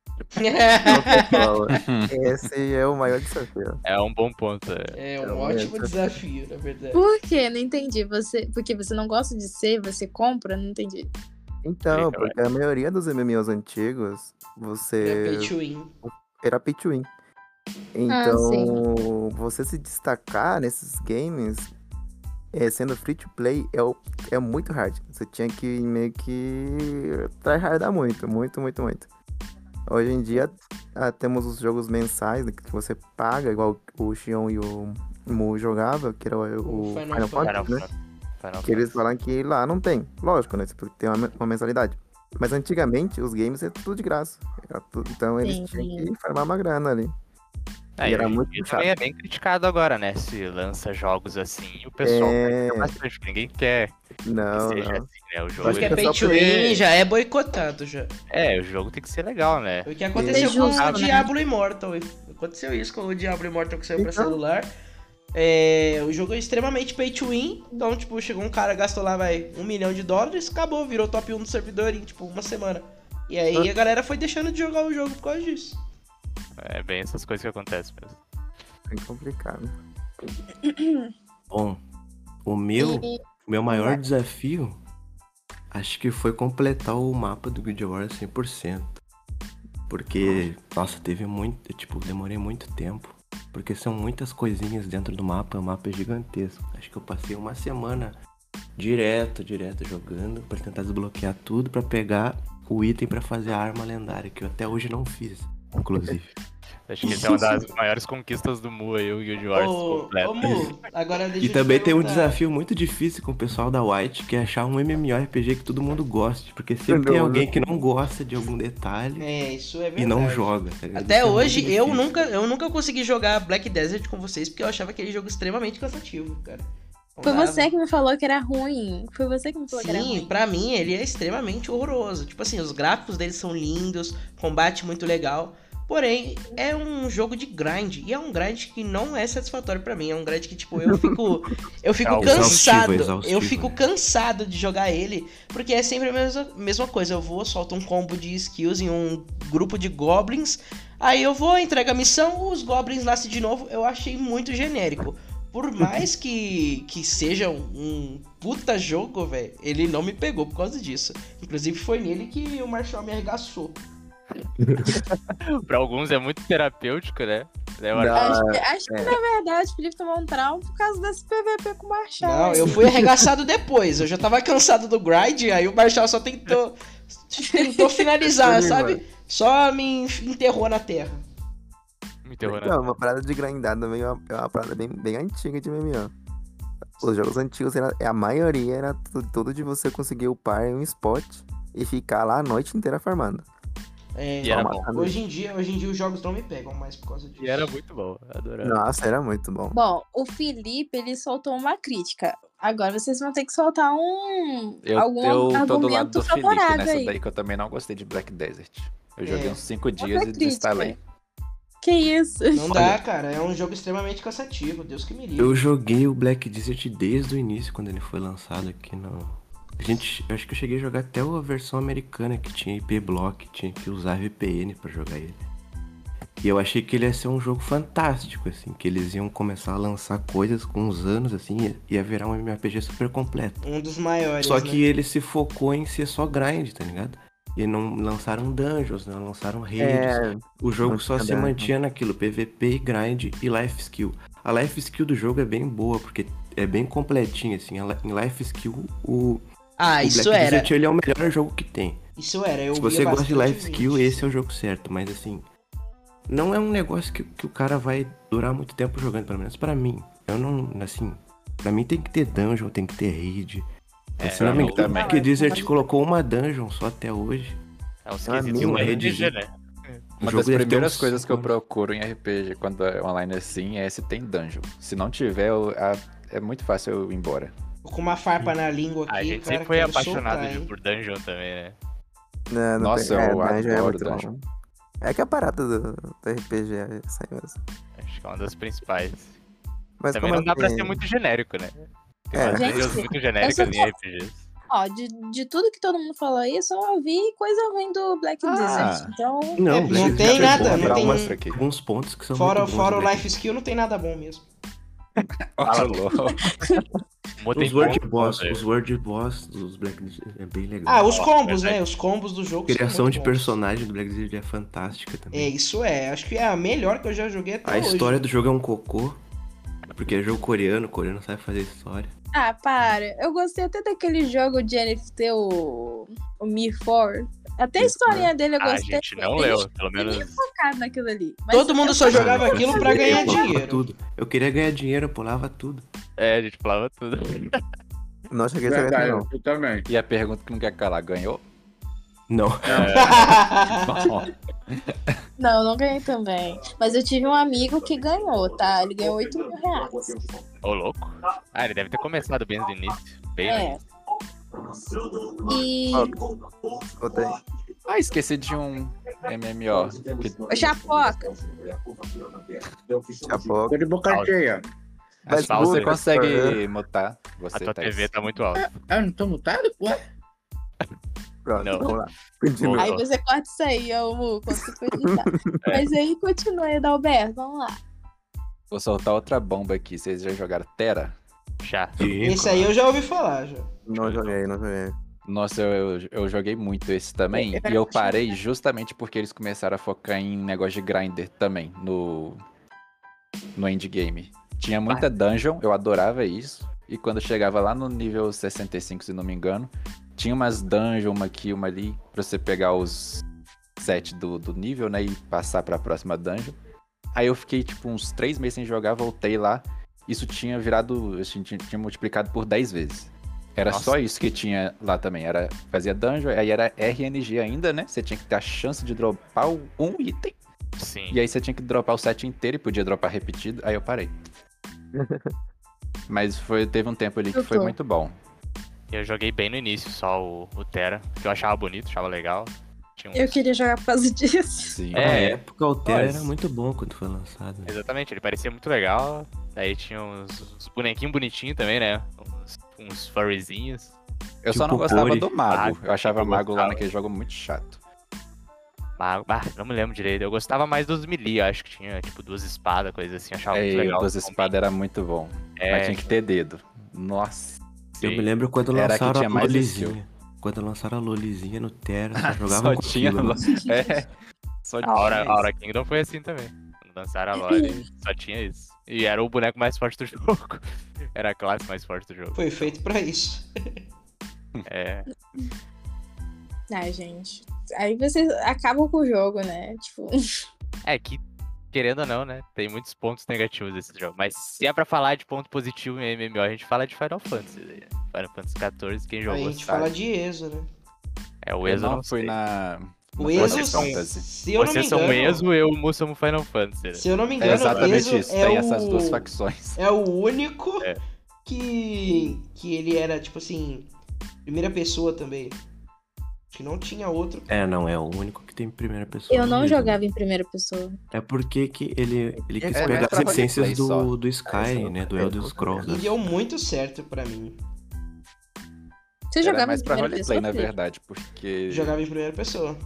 E: Não tem como. Esse é o maior desafio.
D: É um bom ponto. é.
A: [laughs] É um ótimo desafio, na
B: É.
A: verdade.
C: Por quê? Não entendi. Você, porque você não gosta de ser, você compra? Não entendi.
E: Então,
D: Legal,
E: porque a maioria dos MMOs antigos,
A: É
E: você
A: pay to win.
E: era pay to win. Então, você se destacar nesses games, eh, sendo free to play, é, o- é muito hard. Você tinha que meio que tryhardar muito, muito, muito, muito. Hoje em dia, ah, temos os jogos mensais né, que você paga, igual o Xion e o Mu jogava, que era o, o Final
D: Final
E: Fantasy, né?
D: Fantasy. Final
E: Que eles
D: Fantasy.
E: falam que lá não tem. Lógico, né? Tipo, tem uma, uma mensalidade. Mas antigamente, os games era tudo de graça. Era tudo- então eles
C: Sim,
E: tinham
C: sim.
E: que farmar uma grana ali.
D: Ah,
E: E
D: e
E: era
D: hoje em
E: muito
D: dia
E: chato.
D: também é bem criticado agora, né? Se lança jogos assim, o pessoal
E: É.
D: critica bastante. porque Ninguém quer que
E: Não,
D: seja
E: não.
D: assim, né? O jogo,
A: Porque é
E: que
A: pay
E: só
A: to
E: por-
A: win, já é boicotado já.
D: é, o jogo tem que ser legal, né?
A: O que aconteceu
C: É
A: com o
C: justo, né?
A: Diablo Immortal. Aconteceu isso com o Diablo Immortal que saiu pra
E: Então.
A: celular. É, o jogo é extremamente pay to win. Então, tipo, chegou um cara, gastou lá, vai, um milhão de dólares, acabou, virou top 1 do servidor em, tipo, uma semana. E aí a galera foi deixando de jogar o jogo por causa disso.
D: É bem essas coisas que acontecem mesmo.
E: É
B: [laughs]
E: complicado.
F: Bom, o meu,
C: E-
F: meu maior desafio, acho que foi completar o mapa do Guild Wars 100%. Porque, nossa, teve muito, tipo, demorei muito tempo. Porque são muitas coisinhas dentro do mapa, o mapa é gigantesco. Acho que eu passei uma semana direto, direto jogando pra tentar desbloquear tudo pra pegar o item pra fazer a arma lendária, que eu até hoje não fiz, inclusive.
D: Acho que essa é uma
E: [laughs]
D: das maiores conquistas do Mu aí, o Guild Wars
A: Ô, ô
D: completo.
A: Mu, agora deixa
F: E
A: eu te
F: também tem um
A: perguntar.
F: desafio muito difícil com o pessoal da White, que é achar um MMORPG que todo mundo goste. Porque sempre
E: Entendeu,
F: tem
E: né?
F: alguém que não gosta de algum detalhe
A: É, isso é verdade.
F: e não joga. tá ligado?
A: Até
F: Isso é muito
A: hoje, eu
F: difícil.
A: nunca, eu nunca consegui jogar Black Desert com vocês, porque eu achava aquele jogo extremamente cansativo, cara. Não
C: Foi
A: dava.
C: você que me falou que era ruim. Foi você que me falou que era
A: Sim,
C: ruim.
A: pra mim ele é extremamente horroroso. Tipo assim, os gráficos deles são lindos, combate muito legal. Porém, é um jogo de grind. E é um grind que não é satisfatório pra mim. É um grind que, tipo, eu
F: [laughs]
A: fico. Eu fico
F: É
A: cansado.
F: exaustivo, é exaustivo,
A: eu fico
F: né?
A: cansado de jogar ele. Porque é sempre a mesma, mesma coisa. Eu vou, solto um combo de skills em um grupo de goblins. Aí eu vou, entrego a missão, os goblins nascem de novo. Eu achei muito genérico. Por mais que, que seja um puta jogo, velho, ele não me pegou por causa disso. Inclusive foi nele que o Marshall me arregaçou.
D: Pra alguns é muito terapêutico, né? Né, Marcos?
B: Não.
E: é
C: acho, que- acho
B: é.
C: que, na verdade, o Felipe tomou um trauma por causa desse PVP com o Marchal.
A: Não, eu fui arregaçado depois. Eu já tava cansado do grind, aí o Marshall só tentou, tentou finalizar,
E: Sim,
A: sabe? Só me en- enterrou na terra.
D: Me
B: né?
D: terrorando.
E: Não, então, uma parada de grindada meio, é uma parada bem, bem antiga de MMO. Os jogos antigos, era, a maioria era tu- tudo de você conseguir upar em um spot e ficar lá a noite inteira farmando.
A: É,
D: E era
E: Só
D: bom.
E: matando.
A: hoje, em dia, hoje em dia os jogos não me pegam mais por causa
F: é
A: disso.
D: E era muito bom, eu
B: É.
D: adorava.
E: Nossa, era muito bom.
C: Bom, o Felipe, ele soltou uma crítica. Agora vocês vão ter que soltar um...
B: Eu,
C: algum
B: eu tô do lado
C: argumento
B: do Felipe
C: favorável
B: nessa
C: aí.
B: daí, que eu também não gostei de Black Desert. Eu joguei
A: É.
B: uns 5 dias e
C: crítica.
B: desinstalei.
C: Que isso?
A: Não dá, cara. É um jogo extremamente cansativo. Deus que me livre.
F: Eu joguei o Black Desert desde o início, quando ele foi lançado aqui no. A gente, eu acho que eu cheguei a jogar até a versão americana que tinha IP Block, tinha que usar VPN pra jogar ele. E eu achei que ele ia ser um jogo fantástico, assim, que eles iam começar a lançar coisas com os anos, assim, e ia virar um MMORPG super completo.
A: Um dos maiores.
F: Só
A: né?
F: que ele se focou em ser só grind, tá ligado? E não lançaram dungeons, não lançaram redes.
E: É,
F: o jogo
E: não
F: só
E: tinha
F: se
A: né?
E: dungeon.
F: mantinha naquilo, PVP, e grind e life skill. A life skill do jogo é bem boa, porque é bem completinha, assim. ela- Em life skill, o,
A: Ah,
F: o
A: isso
F: Black
A: era.
F: Desert ele é o melhor jogo que tem.
A: Isso era. Eu
F: se
A: via
F: você gosta de
A: bastante
F: life skill,
A: vídeo.
F: esse é o jogo certo. Mas, assim, não é um negócio que, que o cara vai durar muito tempo jogando, pelo menos pra mim. Eu não, assim... Pra mim tem que ter dungeon, tem que ter raid.
B: É,
F: Se não me
B: eu
F: engano,
B: também.
F: porque Desert colocou uma dungeon só até hoje.
D: É um
E: minha
D: esquisito, uma
F: rede
D: rede,
F: de-
D: né?
F: O
B: Uma
F: jogo
B: das
F: deve ter
B: primeiras
F: uns
B: coisas que eu
F: cinco
B: procuro em RPG quando é online assim é se tem dungeon. Se não tiver, eu- a- é muito fácil eu ir embora.
A: Tô com uma farpa na língua aqui.
D: A gente
A: cara,
D: sempre foi
A: quero
D: apaixonado
A: soltar,
D: de-
A: hein?
D: por dungeon também, né?
E: não, não
B: Nossa,
E: tem- é,
B: eu
E: dungeon
B: adoro
E: bom.
B: dungeon.
E: É que a parada do, do RPG é isso aí mesmo.
D: Acho que é uma das principais.
E: Mas
D: também
E: como
D: não dá pra
E: assim,
D: ser muito genérico, né? Tem
E: É.
D: umas
C: Gente,
D: dungeons muito genéricas
C: eu
D: em RPGs.
C: Ó, de, de tudo que todo mundo falou aí, só ouvi coisa ruim do Black
B: Ah.
C: Desert. Então,
F: Não,
A: É,
F: Black
A: não
F: Desert
A: tem
F: é
A: nada,
F: bom,
A: não
F: dá
A: tem-
F: umas- alguns pontos que são
A: Fora,
F: muito né? bons
A: fora
F: do
A: o
F: Black
A: life skill não tem nada bom mesmo.
F: [laughs]
B: Fala, Lô.
D: Motem
F: Os World
D: Combo,
F: Boss,
D: né?
F: os World Boss dos Black Desert é bem legal.
A: Ah, os
D: Nossa,
A: combos,
D: verdade.
A: né? Os combos do jogo.
F: a
A: são
F: criação
A: muito
F: de
A: bons.
F: personagem do Black Desert é fantástica
A: É,
F: também.
A: isso é. Acho que é a melhor que eu já joguei até
F: a
A: hoje. [laughs]
F: história do jogo é um cocô, porque é jogo coreano, coreano sabe fazer história.
C: ah, para. Eu gostei até daquele jogo de NFT, o, o Mir 4. Até a
A: né?
C: historinha dele eu
D: Ah, a
C: gostei.
D: gente não
C: Eu
D: leu, pelo
C: fiquei
D: menos.
C: meio focado naquilo ali. Mas
A: Todo mundo
C: eu
A: só
C: gostei.
A: jogava
F: eu
A: aquilo pra
F: sabia,
A: ganhar
F: eu pulava
A: dinheiro.
F: Tudo. Eu queria ganhar dinheiro, eu pulava tudo.
D: É, a gente falava tudo.
E: Não cheguei a jogar
G: Verdade,
E: isso, não.
G: eu também.
B: E a pergunta que não quer calar, ganhou?
G: [laughs]
F: Não.
B: Bom,
C: Não, não ganhei também. Mas eu tive um amigo que ganhou, tá? Ele ganhou 8 mil reais.
D: Ô, louco. Ah, ele deve ter começado bem no início. Bem no
C: É.
D: início.
C: E.
E: Outra aí.
B: ah, esqueci de um MMO. que-
C: Ô, Chapoca.
E: Daqui a pouco.
G: Tô de boca
D: Pausa.
G: cheia.
B: Mas
E: Mas
B: você
E: música-
B: consegue mutar.
D: A
B: Você,
D: tua
B: Thaís.
D: TV tá muito alta.
G: Ah, eu não tô mutado? Ué?
E: Pronto,
D: Não.
E: vamos lá. Continua.
D: Boa.
C: Aí você corta isso aí, ô Mu, quando você for
B: [laughs]
C: editar.
B: É.
C: Mas aí continua aí, Dalberto, vamos lá.
B: Vou soltar outra bomba aqui. Vocês já jogaram Terra?
D: Já.
A: Esse aí eu já ouvi falar, já.
E: Não joguei, não joguei.
B: Nossa, eu, eu- eu joguei muito esse também.
C: Eu- eu
B: e eu
C: acho-
B: parei justamente porque eles começaram a focar em negócio de grinder também, no, no endgame. Tinha muita dungeon, eu adorava isso. E quando eu chegava lá no nível 65, se não me engano, tinha umas dungeon, uma aqui, uma ali, pra você pegar os sete do, do nível, né? E passar pra próxima dungeon. Aí eu fiquei, tipo, uns três meses sem jogar, voltei lá. Isso tinha virado. Assim, tinha, tinha multiplicado por 10 vezes. Era
D: Nossa.
B: só isso que tinha lá também. Era fazia dungeon, aí era RNG ainda, né? Você tinha que ter a chance de dropar o- um item.
D: Sim.
B: E aí você tinha que dropar o set inteiro e podia dropar repetido. Aí eu
D: [laughs]
B: parei. Mas foi, teve um tempo ali que
C: Eu
B: foi
C: tô.
B: muito bom.
D: Eu joguei bem no início só o, o Terra, que eu achava bonito, achava legal. Tinha uns-
C: Eu queria jogar por causa disso.
B: Sim.
F: Na
D: É.
F: época o Terra
B: Mas-
F: era muito bom quando foi lançado. né?
D: Exatamente, ele parecia muito legal. Daí tinha uns, uns bonequinhos bonitinhos também, né? Uns, uns furryzinhos.
B: Eu só não
F: Tipo
B: gostava
F: Puri.
B: do mago.
D: Mago,
B: Eu achava
D: eu
B: mago lá
D: gostava.
B: naquele jogo muito chato.
D: Mas, bah, não me lembro direito. Eu gostava mais dos melee, eu acho que tinha tipo duas espadas, coisa assim. eu Achava
B: É,
D: muito
B: e o
D: legal.
B: dos espadas era muito bom. Mas
D: É,
B: tinha que ter dedo. Nossa.
F: Eu
D: sim.
F: me lembro quando
B: Era que
F: lançaram
B: tinha
F: a
B: mais
F: Lolizinha. Quando lançaram a Lolizinha no Terra, só
B: [laughs]
F: jogava
B: Só
F: com
B: tinha.
F: aquilo, né? mano.
B: É. Só
D: A hora,
B: tinha
D: a hora Kingdom foi assim também. Quando
A: [laughs]
D: lançaram a Lore, só tinha isso. E era o boneco mais forte do [laughs] jogo. Era a classe mais forte do jogo.
A: Foi feito pra isso.
D: É,
C: Ah, gente. Aí vocês acabam com o jogo, né? Tipo,
D: é que, querendo ou não, né? Tem muitos pontos negativos desse jogo. Mas se é pra falar de ponto positivo em MMO, a gente fala de Final Fantasy. né? Final Fantasy XIV, quem
A: a
D: jogou
A: gente
D: sabe.
A: fala de Exo, né?
D: É, o
B: Eu
D: Exo eu
B: não
D: não
B: fui
D: sei.
B: na.
A: O
B: na
A: Exo,
B: Final Fantasy.
A: se eu não me
D: Vocês são
A: engano,
D: o Exo, eu, o Mu somos Final Fantasy. né?
A: se eu não me
B: É
A: engano, o
B: exatamente
A: Exo
B: isso.
A: é
B: Tem
A: o...
B: essas duas facções.
A: é o único
D: É.
A: que que ele era tipo assim primeira pessoa também. Acho que não tinha outro.
F: É, não, é o único que tem primeira pessoa.
C: eu não
F: mesmo.
C: jogava em primeira pessoa.
F: É porque que ele, ele
B: É,
F: quis
B: é,
F: pegar
B: mas
F: as
B: pra
F: essências
B: roleplay só.
F: do, do Skyrim,
B: É,
F: né? Do
B: é,
F: Elder
B: é,
F: Scrolls.
A: E deu muito certo pra mim.
C: Você
B: Era
C: jogava em
B: mais pra
C: primeira pessoa?
B: roleplay, na
C: Felipe?
B: verdade, porque
A: Jogava em primeira pessoa.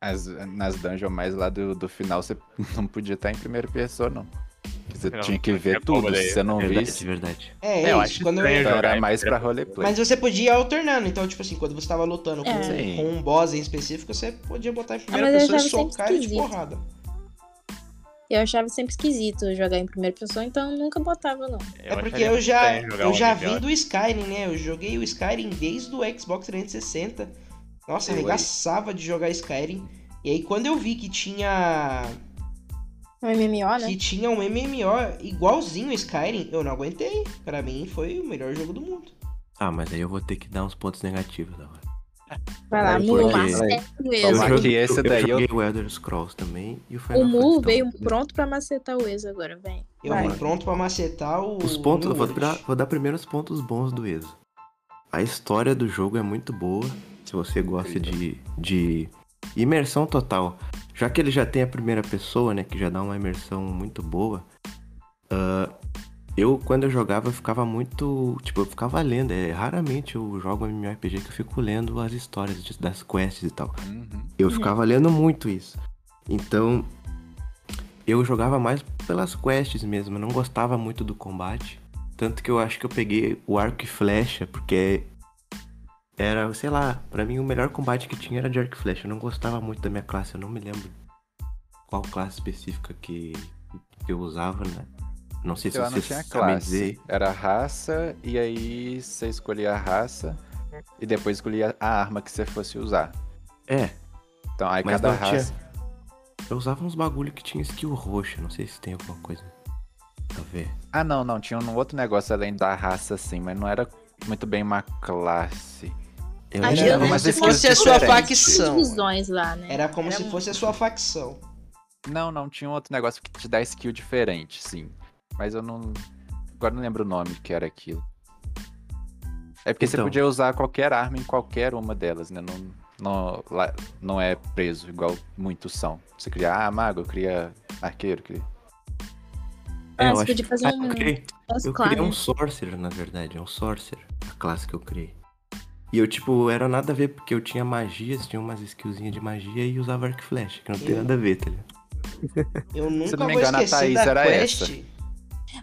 B: as, nas dungeons mais lá do, do final você [laughs] não podia estar em primeira pessoa, não. Você
D: Não,
B: tinha que
D: não
B: ver
D: tinha como,
B: tudo,
D: daí.
B: se você não
F: Verdade,
B: visse.
F: verdade.
A: É,
D: É, eu
A: é
D: acho
A: isso. Quando eu-
D: estranho
B: Então
D: jogar
B: era
D: em
B: mais pra
D: primeira pessoa.
B: roleplay.
A: Mas você podia ir alternando, então, tipo assim, quando você tava lutando com,
C: É. Ah,
B: Sim.
A: com um boss em específico, você podia botar em primeira
C: mas
A: pessoa
C: eu
A: e
C: achava sempre
A: socar ele de
C: esquisito.
A: porrada. É
C: Eu achava sempre esquisito jogar em primeira pessoa, então eu nunca botava, não.
D: Eu
A: É porque
D: acharia
A: eu já,
D: estranho jogar
A: eu
D: um
A: já
D: MMO.
A: vim do Skyrim, né? Eu joguei o Skyrim desde o Xbox 360. Nossa,
B: Eu, hein?
A: arregaçava de jogar Skyrim. E aí quando eu vi que tinha
C: É um MMO, né?
A: que tinha um MMO igualzinho ao Skyrim, eu não aguentei. Pra mim foi o melhor jogo do mundo.
F: Ah, mas aí eu vou ter que dar uns pontos negativos agora.
C: Vai lá,
B: É,
C: Mu, o
F: porque-
C: Márcio é o
B: Mas
C: Exo.
B: Tomara que esse daí eu-
F: eu joguei o Elder Scrolls também e o Final
C: O Mu
F: Fantasy
C: veio um
F: também.
C: pronto pra macetar o Exo agora, vem.
A: Eu
C: Vai.
A: vim pronto pra macetar o.
F: Os pontos, eu vou
A: Mirror's.
F: dar, vou dar primeiro os pontos bons do Exo. A história do jogo é muito boa, se você gosta de, de imersão total. Já que ele já tem a primeira pessoa, né, que já dá uma imersão muito boa. ah, eu, quando eu jogava, eu ficava muito. Tipo, eu ficava lendo. É, raramente eu jogo MMORPG que eu fico lendo as histórias de- das quests e tal.
B: Uhum.
F: Eu ficava lendo muito isso. Então, eu jogava mais pelas quests mesmo, eu não gostava muito do combate. Tanto que eu acho que eu peguei o arco e flecha, porque era, sei lá, pra mim o melhor combate que tinha era de arco e flecha. Eu não gostava muito da minha classe, eu não me lembro qual classe específica que que eu usava, né? Não sei se
B: Sei lá, não
F: vocês
B: tinha
F: sabem dizer.
B: classe. Era raça, e aí você escolhia a raça, e depois escolhia a arma que você fosse usar.
F: É,
B: Então aí
F: Mas
B: cada
F: não tinha-
B: raça.
F: eu usava uns bagulho que tinha skill roxa, não sei se tem alguma coisa a ver.
B: Ah, não, não. Tinha um outro negócio além da raça, assim, mas não era muito bem uma classe.
F: Eu
C: Acho
F: lembro-
C: que tipo, eu
B: mas
A: se
B: esse
A: fosse
B: é
A: a sua
B: diferente.
A: facção.
C: visões lá, né?
A: Era como
C: Era
A: se
C: um-
A: fosse a sua facção.
B: Não, não. Tinha um outro negócio que te dá skill diferente, sim. Mas eu não. Agora não lembro o nome que era aquilo. É porque você
F: Então.
B: podia usar qualquer arma em qualquer uma delas, né? Não, não, lá- não é preso igual muitos são. Você cria, ah, mago, eu cria arqueiro, cria.
C: Ah, você
F: eu acho
C: podia
F: que-
C: fazer
F: Ah,
C: um-
F: eu criei,
C: As
F: eu criei um Sorcerer, na verdade. É um Sorcerer, a classe que eu criei. E eu, tipo, era nada a ver, porque eu tinha magias, tinha umas skillzinhas de magia e usava arco e flecha, que não tem nada a ver, tá ligado?
A: Eu nunca
B: não me
A: vou
B: engano, a
A: esquecer
B: Thaís
A: da
B: era
A: quest.
B: essa.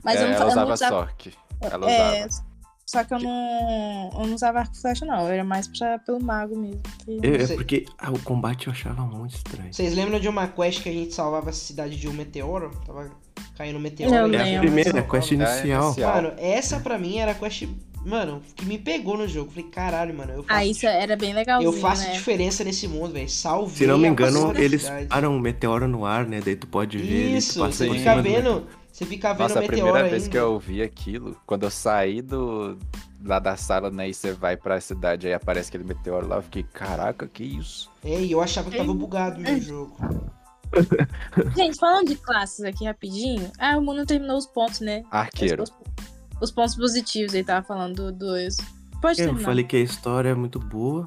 C: Mas eu
B: É,
C: não,
B: ela
C: eu não
B: usava
C: usava.
B: Sork. Ela
C: É,
B: usava.
C: só que eu não, eu não usava arco e flecha, não. Eu era mais pra, pelo mago mesmo. que-
F: Eu- é
A: Sei.
F: porque ah, o combate eu achava muito estranho.
A: Vocês lembram de uma quest que a gente salvava a cidade de um meteoro? Tava caindo um meteoro.
C: Eu
A: e
F: É a
C: lembro.
F: primeira, a
A: salvava.
F: quest inicial.
B: inicial.
A: Mano, essa pra mim era a quest, mano, que me pegou no jogo. Falei, caralho, mano, eu faço,
C: Ah, isso era bem
A: eu
C: legalzinho,
A: faço
C: né?
A: diferença nesse mundo, velho. Salve.
F: Se não me engano, eles
A: Cidade.
F: param um meteoro no ar, né? Daí tu pode ver ele, tu
A: Isso,
F: passa
A: você
F: por
B: sim.
A: fica
F: cima do
A: vendo. Você fica vendo
B: Nossa,
A: o
B: a
A: meteoro
B: primeira
A: ainda.
B: vez que eu ouvi aquilo, quando eu saí do lá da sala, né, e você vai pra cidade, aí aparece aquele meteoro lá, eu fiquei, caraca, que isso?
A: É, e eu achava que tava bugado
C: Hum.
A: no meu jogo.
C: Gente, falando de classes aqui rapidinho. Ah, o Mu não terminou os pontos, né?
B: Arqueiro.
C: Os, os pontos positivos, ele tava falando do. do... Pode
F: Eu
C: terminar.
F: falei que a história é muito boa.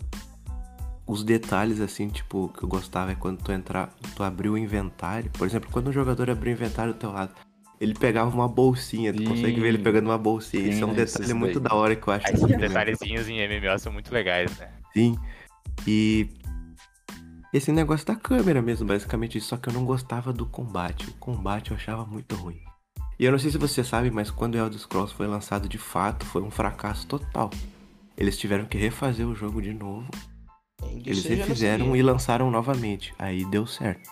F: os detalhes, assim, tipo, que eu gostava é quando tu entrar, tu abriu o inventário. Por exemplo, quando um jogador abriu o inventário do teu lado, ele pegava uma bolsinha, tu
B: Sim.
F: consegue ver ele pegando uma bolsinha. Isso é um
B: Sim, isso
F: detalhe
B: daí.
F: muito da hora que eu acho.
D: Esses
F: muito
D: detalhezinhos em MMO são muito legais, né?
F: Sim. E esse negócio da câmera mesmo, basicamente isso. Só que eu não gostava do combate. O combate eu achava muito ruim. E eu não sei se você sabe, mas quando o Elder Scrolls foi lançado de fato, foi um fracasso total. Eles tiveram que refazer o jogo de novo. Eles
A: É, Isso eu já não
F: refizeram
A: sabia.
F: e lançaram novamente. Aí deu certo.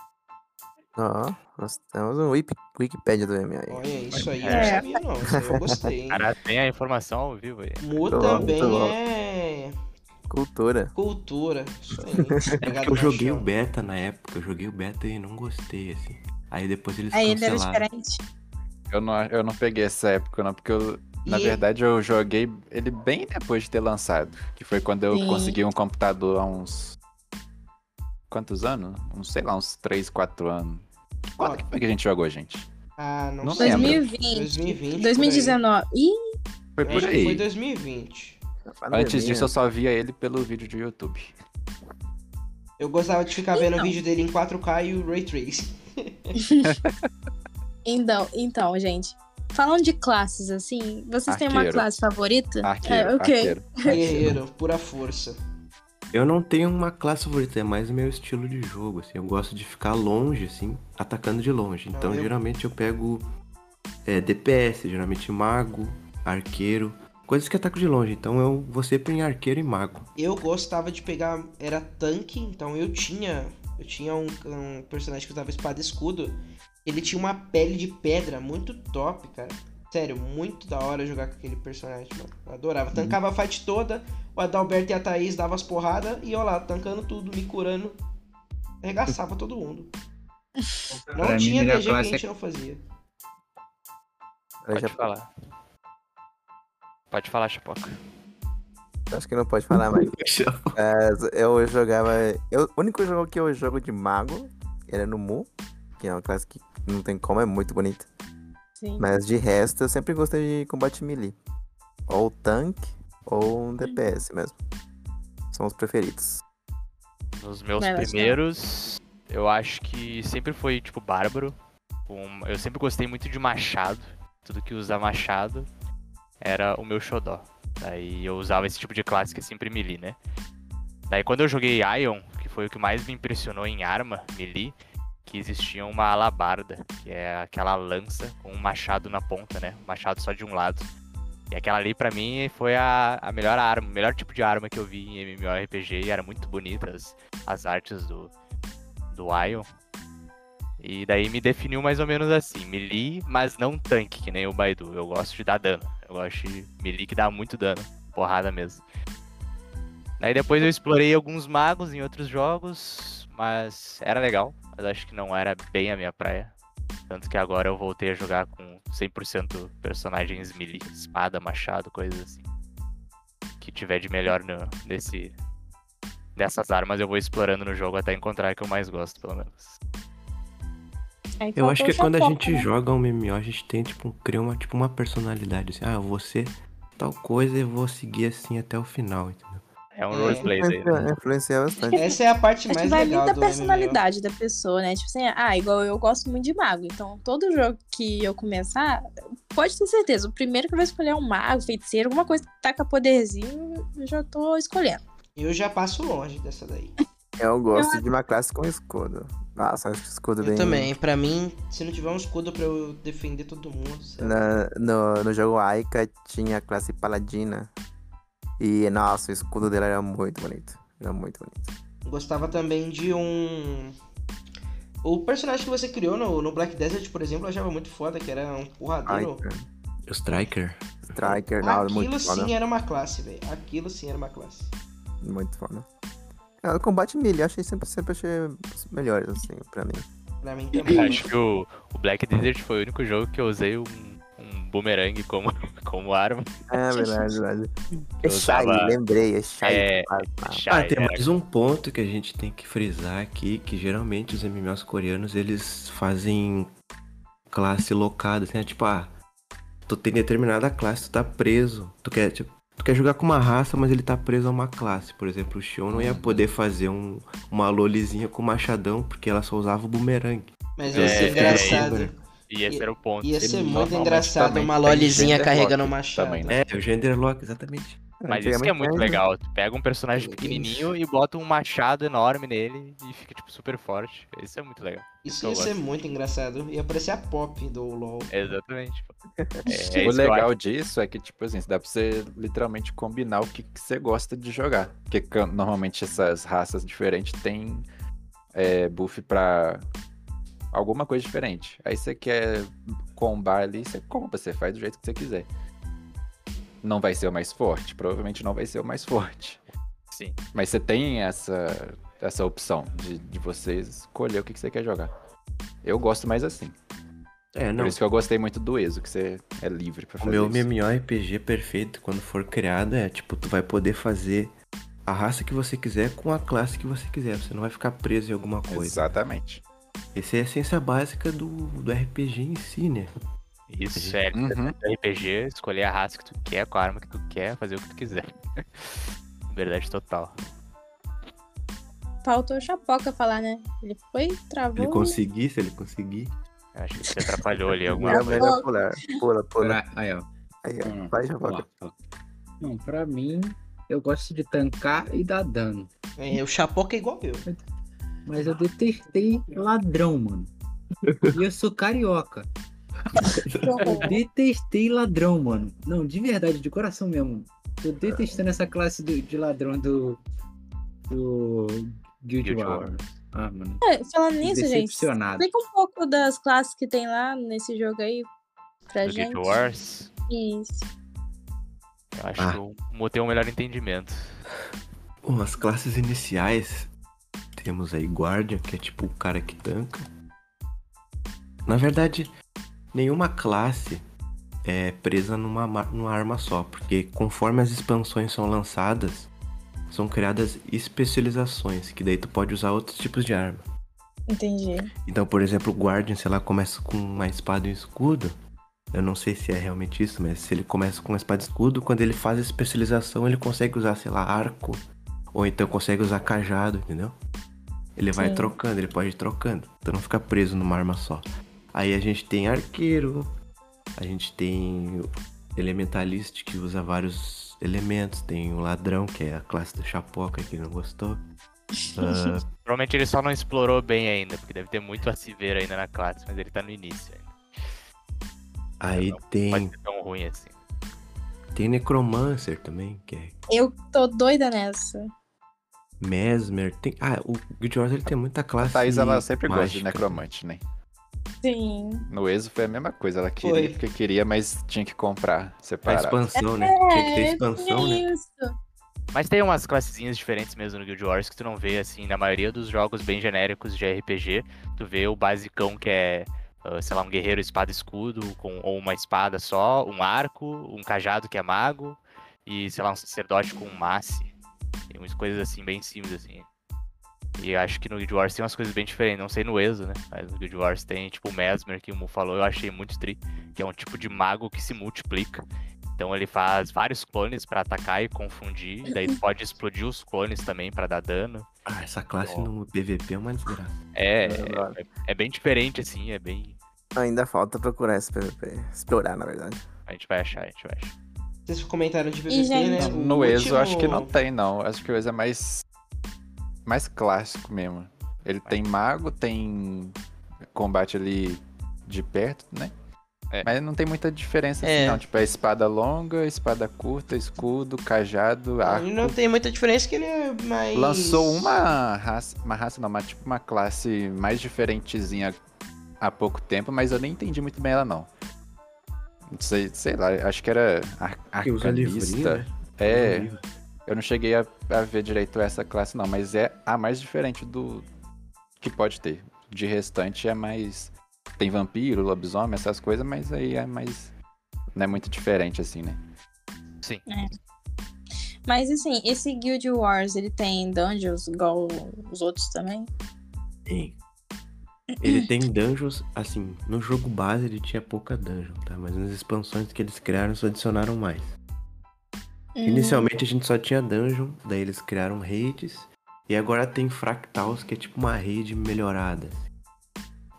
E: Ó, nós temos um Wiki- Wikipedia do MMO aí.
A: Olha, isso aí eu não
C: É.
A: sabia não. Isso aí eu gostei,
F: [laughs]
A: hein?
D: Cara, tem a informação ao vivo aí.
A: Mu
E: Tô louco,
A: também
E: tô louco.
A: é
E: Cultura.
A: cultura. Isso
B: [laughs]
A: aí. Pegado
F: Eu
A: no
F: joguei
A: chão.
F: o beta na época, eu joguei o beta e não gostei, assim. Aí depois eles
C: Aí ele era
F: cancelaram.
C: diferente.
B: Eu não, eu não peguei essa época, não, porque eu, na
A: E-
B: verdade eu joguei ele bem depois de ter lançado. Que foi quando eu
C: Sim.
B: consegui um computador há uns. Quantos anos? Uns, sei lá, uns 3, 4 anos.
A: Ó.
B: Quando que foi que a gente jogou, gente?
A: Ah, não,
B: Não
A: sei.
B: lembro.
C: 2020.
A: 2020,
C: 2019. Ih,
B: Foi
A: Acho
B: por
C: É,
A: que foi
B: aí.
A: 2020.
B: Antes disso eu só via ele pelo vídeo do YouTube.
A: Eu gostava de ficar vendo o
C: Então.
A: vídeo dele em 4K e o Ray
B: [laughs]
A: Trace.
C: então, então, gente. Falando de classes, assim, vocês têm uma
B: Arqueiro.
C: classe favorita?
B: Arqueiro,
C: é, ok.
B: arqueiro.
A: Guerreiro, pura força.
F: Eu não tenho uma classe favorita, é mais o meu estilo de jogo, assim. Eu gosto de ficar longe, assim, atacando de longe. Então,
A: Ah, eu-
F: geralmente eu pego é, DPS, geralmente mago, arqueiro, coisas que atacam de longe. Então, eu vou sempre em arqueiro
A: [laughs]
F: e mago.
A: Eu gostava de pegar. Era tanque, então eu tinha. Eu tinha um, um personagem que usava espada e escudo. Ele tinha uma pele de pedra muito top, cara. Sério, muito da hora jogar com aquele personagem, mano. Eu adorava. Tancava a fight toda, o Adalberto e a Thaís davam as porradas e eu lá, tancando tudo, me curando. Arregaçava todo mundo. Não
G: Pra mim,
A: tinha
G: melhor
A: DG que a
G: classe é-
A: gente não fazia.
E: Eu já-
D: Pode falar. Pode falar, Chapoca.
E: Acho que não pode falar mais. Mas eu jogava. eu- o único jogo que eu jogo de mago era no Mu, que é uma classe que não tem como, é muito bonita.
C: Sim.
E: Mas de resto, eu sempre gostei de combate melee. Ou tanque, ou um DPS mesmo. São os preferidos.
D: Nos meus
C: Vai lá,
D: primeiros, eu acho que sempre foi, tipo, bárbaro. Um- eu sempre gostei muito de machado. Tudo que usa machado era o meu xodó. Daí eu usava esse tipo de classe que é sempre melee, né? Daí quando eu joguei Ion, que foi o que mais me impressionou em arma, melee, que existia uma alabarda, que é aquela lança com um machado na ponta, né? Um machado só de um lado. E aquela ali pra mim foi a, a melhor arma, o melhor tipo de arma que eu vi em MMORPG e era muito bonita as, as artes do, do Ion. E daí me definiu mais ou menos assim, melee, mas não tanque, que nem o Baidu. Eu gosto de dar dano. Eu gosto de melee que dá muito dano, porrada mesmo. Daí depois eu explorei alguns magos em outros jogos, mas era legal, mas acho que não era bem a minha praia. Tanto que agora eu voltei a jogar com 100% personagens melee, espada, machado, coisas assim. Que tiver de melhor no, nesse, dessas armas eu vou explorando no jogo até encontrar a que eu mais gosto, pelo menos.
C: Aí
F: Eu acho que
C: faltou o
F: quando a
C: Chapoca,
F: gente
C: né?
F: joga um MMO, a gente tem, tipo, um- cria uma, tipo, uma personalidade, assim. Ah, eu vou ser tal coisa e vou seguir assim até o final, entendeu?
D: É um
A: É.
D: roleplay daí. né?
E: Influencia, influencia bastante.
A: Essa é a parte
C: Acho que
A: mais
C: vai
A: legal
C: muito da
A: do MMO.
C: personalidade da pessoa, né? Tipo assim, ah, igual eu gosto muito de mago. Então, todo jogo que eu começar, pode ter certeza. O primeiro que eu vou escolher é um mago, feiticeiro, alguma coisa que taca poderzinho, eu já tô escolhendo.
A: Eu já passo longe dessa daí.
E: Eu gosto de uma classe com escudo. Nossa, acho que escudo
A: Eu
E: bem.
A: também, pra mim, se não tiver um escudo pra eu defender todo mundo, sei lá.
E: Na- no, no jogo Aika tinha a classe paladina. E nossa, o escudo dela era muito bonito. Era muito bonito.
A: gostava também de um. O personagem que você criou no, no Black Desert, por exemplo, eu achava muito foda, que era um porradeiro.
B: Ah,
E: Aika,
F: O Striker.
E: Striker, não,
A: Aquilo
E: muito foda.
A: sim era uma classe, velho. Aquilo sim era uma classe.
E: Muito foda. É, o combate melee, eu achei sempre, sempre achei os melhores, assim, pra mim.
A: Pra mim
D: Eu
A: também.
D: Acho que o, o Black Desert foi o único jogo que eu usei um, um boomerang como, [laughs] como arma.
E: É verdade, verdade. É
D: Eu
E: Shai,
D: usava-
E: lembrei, é Shai.
D: É,
E: Ah, tá.
D: Shy,
F: Ah, tem
D: né?
F: mais um ponto que a gente tem que frisar aqui, que geralmente os MMOs coreanos, eles fazem classe locada, assim, é tipo, ah, tu tem determinada classe, tu tá preso, tu quer, tipo, Tu quer jogar com uma raça, mas ele tá preso a uma classe. Por exemplo, o Xion não ia poder fazer um, uma lolizinha com machadão, porque ela só usava o bumerangue.
A: Mas
D: É,
A: ia ser
D: é,
A: engraçado.
F: é,
D: E esse
A: E-
D: era o ponto.
A: Ia ser
F: Ele
A: muito
F: normalmente
A: engraçado
F: também
A: uma
F: tem
A: lolizinha
B: gender
A: carregando um
B: lock
A: machado.
B: também, né?
F: É, o gender lock, exatamente.
D: Mas isso que é
E: né? Antigamente
D: muito
E: era-
D: legal. Tu pega um personagem pequenininho e bota um machado enorme nele e fica, tipo, super forte. Isso é muito legal.
A: Isso
D: Eu
A: ia ser
D: gosto.
A: muito engraçado. Ia parecer a pop do LoL.
D: Exatamente. pô. É,
B: o
D: isso que eu
B: legal disso é que, tipo assim, dá pra você literalmente combinar o que, que você gosta de jogar. Porque ca- normalmente essas raças diferentes têm é, buff pra alguma coisa diferente. Aí você quer combar ali, você comba, você faz do jeito que você quiser. Não vai ser o mais forte? Provavelmente não vai ser o mais forte.
D: acho. Sim.
B: Mas você tem essa, essa opção de, de você escolher o que, que você quer jogar. Eu gosto mais assim.
F: É,
B: Por
F: não.
B: isso que eu gostei muito do Exo, que você é livre pra
F: O
B: fazer
F: meu
B: isso.
F: MMORPG perfeito, quando for criado, é tipo, tu vai poder fazer a raça que você quiser com a classe que você quiser. Você não vai ficar preso em alguma coisa.
B: Exatamente.
F: Essa é a essência básica do, do RPG em si, né?
D: Isso é
B: Uhum.
D: RPG, escolher a raça que tu quer, com a arma que tu quer, fazer o que tu quiser. [laughs] Liberdade total.
C: Faltou o Chapoca falar, né? Ele foi,
F: Se ele
C: travou.
F: conseguir, se ele conseguir.
D: Eu acho que você atrapalhou ali alguma
E: [laughs] Minha
D: coisa.
E: velha pular. Pula, pula.
G: Pra- Aí, ó.
E: Aí,
G: Não,
E: ó.
G: não.
E: Vai, já
G: Vamos
E: volta.
G: lá, ó. Não, pra mim, eu gosto de tancar e dar dano.
A: É, o Chapoca é igual eu.
G: Mas eu detestei ladrão, mano. E eu sou carioca.
C: Que
F: [laughs]
C: horror.
G: Eu detestei ladrão, mano. Não, de verdade, de coração mesmo. Tô detestando essa classe do- de ladrão do. do. Guild,
D: Guild
G: Wars.
D: Wars.
G: Ah, mano.
C: É, Falando
G: Tô
C: nisso, gente,
G: decepcionado.
C: explica um pouco das classes que tem lá nesse jogo aí pra
D: Do
C: gente.
D: Guild Wars,
C: Isso.
D: eu acho
F: Ah.
D: que eu mutei um melhor entendimento.
F: Bom, as classes iniciais temos aí guarda, que é tipo o cara que tanca. Na verdade, nenhuma classe é presa numa, ma- numa arma só, porque conforme as expansões são lançadas, são criadas especializações, que daí tu pode usar outros tipos de arma.
C: Entendi.
F: Então, por exemplo, o Guardian, se ela começa com uma espada e um escudo, eu não sei se é realmente isso, mas se ele começa com uma espada e escudo, quando ele faz a especialização, ele consegue usar, sei lá, arco, ou então consegue usar cajado, entendeu? Ele vai
C: Sim.
F: trocando, ele pode ir trocando, então não fica preso numa arma só. Aí a gente tem arqueiro, a gente tem o elementalista que usa vários elementos, tem o ladrão, que é a classe do chapoca, que não gostou. Ah,
D: Provavelmente ele só não explorou bem ainda, porque deve ter muito a se ver ainda na classe, mas ele tá no início ainda.
F: aí
D: Não
F: tem
D: Pode ser tão ruim assim.
F: Tem Necromancer também, que é
C: Eu tô doida nessa.
F: Mesmer. Tem... Ah, o Guild Wars ele tem muita
B: A
F: classe.
B: Thaís, ela sempre gosta de
F: Assim, mágica.
B: necromante, né?
C: Sim.
B: No Exo foi a mesma coisa. Ela queria
A: Foi.
B: porque queria, mas tinha que comprar
F: A
B: separado.
F: expansão, né? Tinha que ter expansão, né?
C: é isso.
D: Mas tem umas classezinhas diferentes mesmo no Guild Wars que tu não vê, assim, na maioria dos jogos bem genéricos de RPG, tu vê o basicão que é, ah, sei lá, um guerreiro espada e escudo, com, ou uma espada só, um arco, um cajado que é mago, e, sei lá, um sacerdote com um mace. Tem umas coisas assim bem simples, assim. E eu acho que no Guild Wars tem umas coisas bem diferentes, não sei no Exo, né? Mas no Guild Wars tem, tipo, o Mesmer, que o Mu falou, eu achei muito tri, que é um tipo de mago que se multiplica. Então ele faz vários clones pra atacar e confundir, e daí tu pode explodir os clones também pra dar dano.
F: Ah, essa classe no PVP é uma desgraça.
D: É, é,
E: Verdade.
D: é bem diferente assim, é bem.
E: Ainda falta procurar esse PVP. Explorar, na verdade.
D: A gente vai achar, a gente vai achar.
A: Vocês comentaram de PVP,
C: E, gente,
A: né?
B: No,
A: O
B: no Exo, eu acho que não
A: último-
B: tem, não. Acho que o Exo é mais. mais clássico mesmo. Ele tem mago, tem combate ali de perto, né?
D: É.
B: Mas não tem muita diferença
A: É.
B: assim, não. Tipo, é espada longa, espada curta, escudo, cajado,
F: Ah,
B: arco.
A: Ele não tem muita diferença que ele é mais.
B: Lançou uma raça, uma raça não, uma, tipo uma classe mais diferentezinha há pouco tempo, mas eu nem entendi muito bem ela não. Não sei, sei lá, acho que era ar
F: Que usa livrinho,
B: arcanista.
F: né? Usa
B: É,
F: livro.
B: eu não cheguei a, a ver direito essa classe não, mas é a mais diferente do que pode ter. De restante é mais tem vampiro, lobisomem, essas coisas, mas aí é mais não é muito diferente assim, né?
D: Sim.
C: Mas assim, esse Guild Wars, ele tem dungeons igual os outros também?
F: Tem. Ele tem dungeons, assim, no jogo base ele tinha pouca dungeon, tá? Mas nas expansões que eles criaram, eles adicionaram mais.
D: Uhum.
F: Inicialmente a gente só tinha dungeon, daí eles criaram redes. E agora tem fractals, que é tipo uma rede melhorada.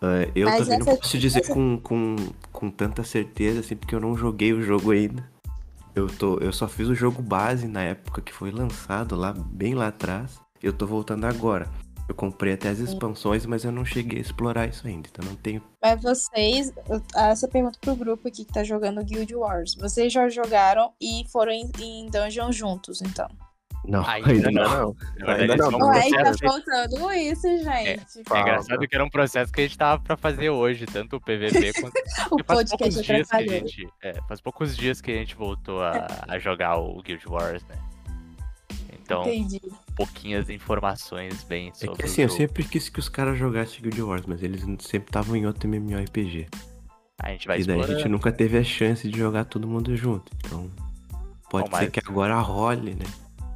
F: Ah, eu
C: Mas
F: também
C: essa-
F: não posso dizer com, com, com tanta certeza, assim, porque eu não joguei o jogo ainda. Eu, tô, eu só fiz o jogo base na época que foi lançado, lá bem lá atrás. Eu tô voltando agora. Eu comprei até as expansões, mas eu não cheguei a explorar isso ainda, então não tenho.
C: Mas vocês, eu- essa pergunta pro grupo aqui que tá jogando Guild Wars. Vocês já jogaram e foram em, em dungeon juntos, então.
F: Não,
D: Ainda não. né? Na verdade,
E: Ainda
D: isso
E: não,
D: é um
E: mas
C: Ué, tá
D: processo.
C: voltando isso, gente.
D: É
E: Fala.
D: engraçado que era um processo que a gente tava pra fazer hoje, tanto [laughs] o PVP quanto
C: o
D: faz poucos
C: podcast
D: dias que a
C: atrapalhou.
D: gente. é, faz poucos dias que a gente voltou a, a jogar o Guild Wars, né? Então,
C: Entendi.
D: pouquinhas informações bem
F: É
D: sobre.
F: que assim,
D: o
F: eu
D: jogo.
F: sempre quis que os caras jogassem Guild Wars, mas eles sempre estavam em outro MMORPG.
D: A gente vai
F: e daí a
D: explorando.
F: gente nunca teve a chance de jogar todo mundo junto. Então, pode
D: Bom,
F: ser
D: mas-
F: que agora role, né?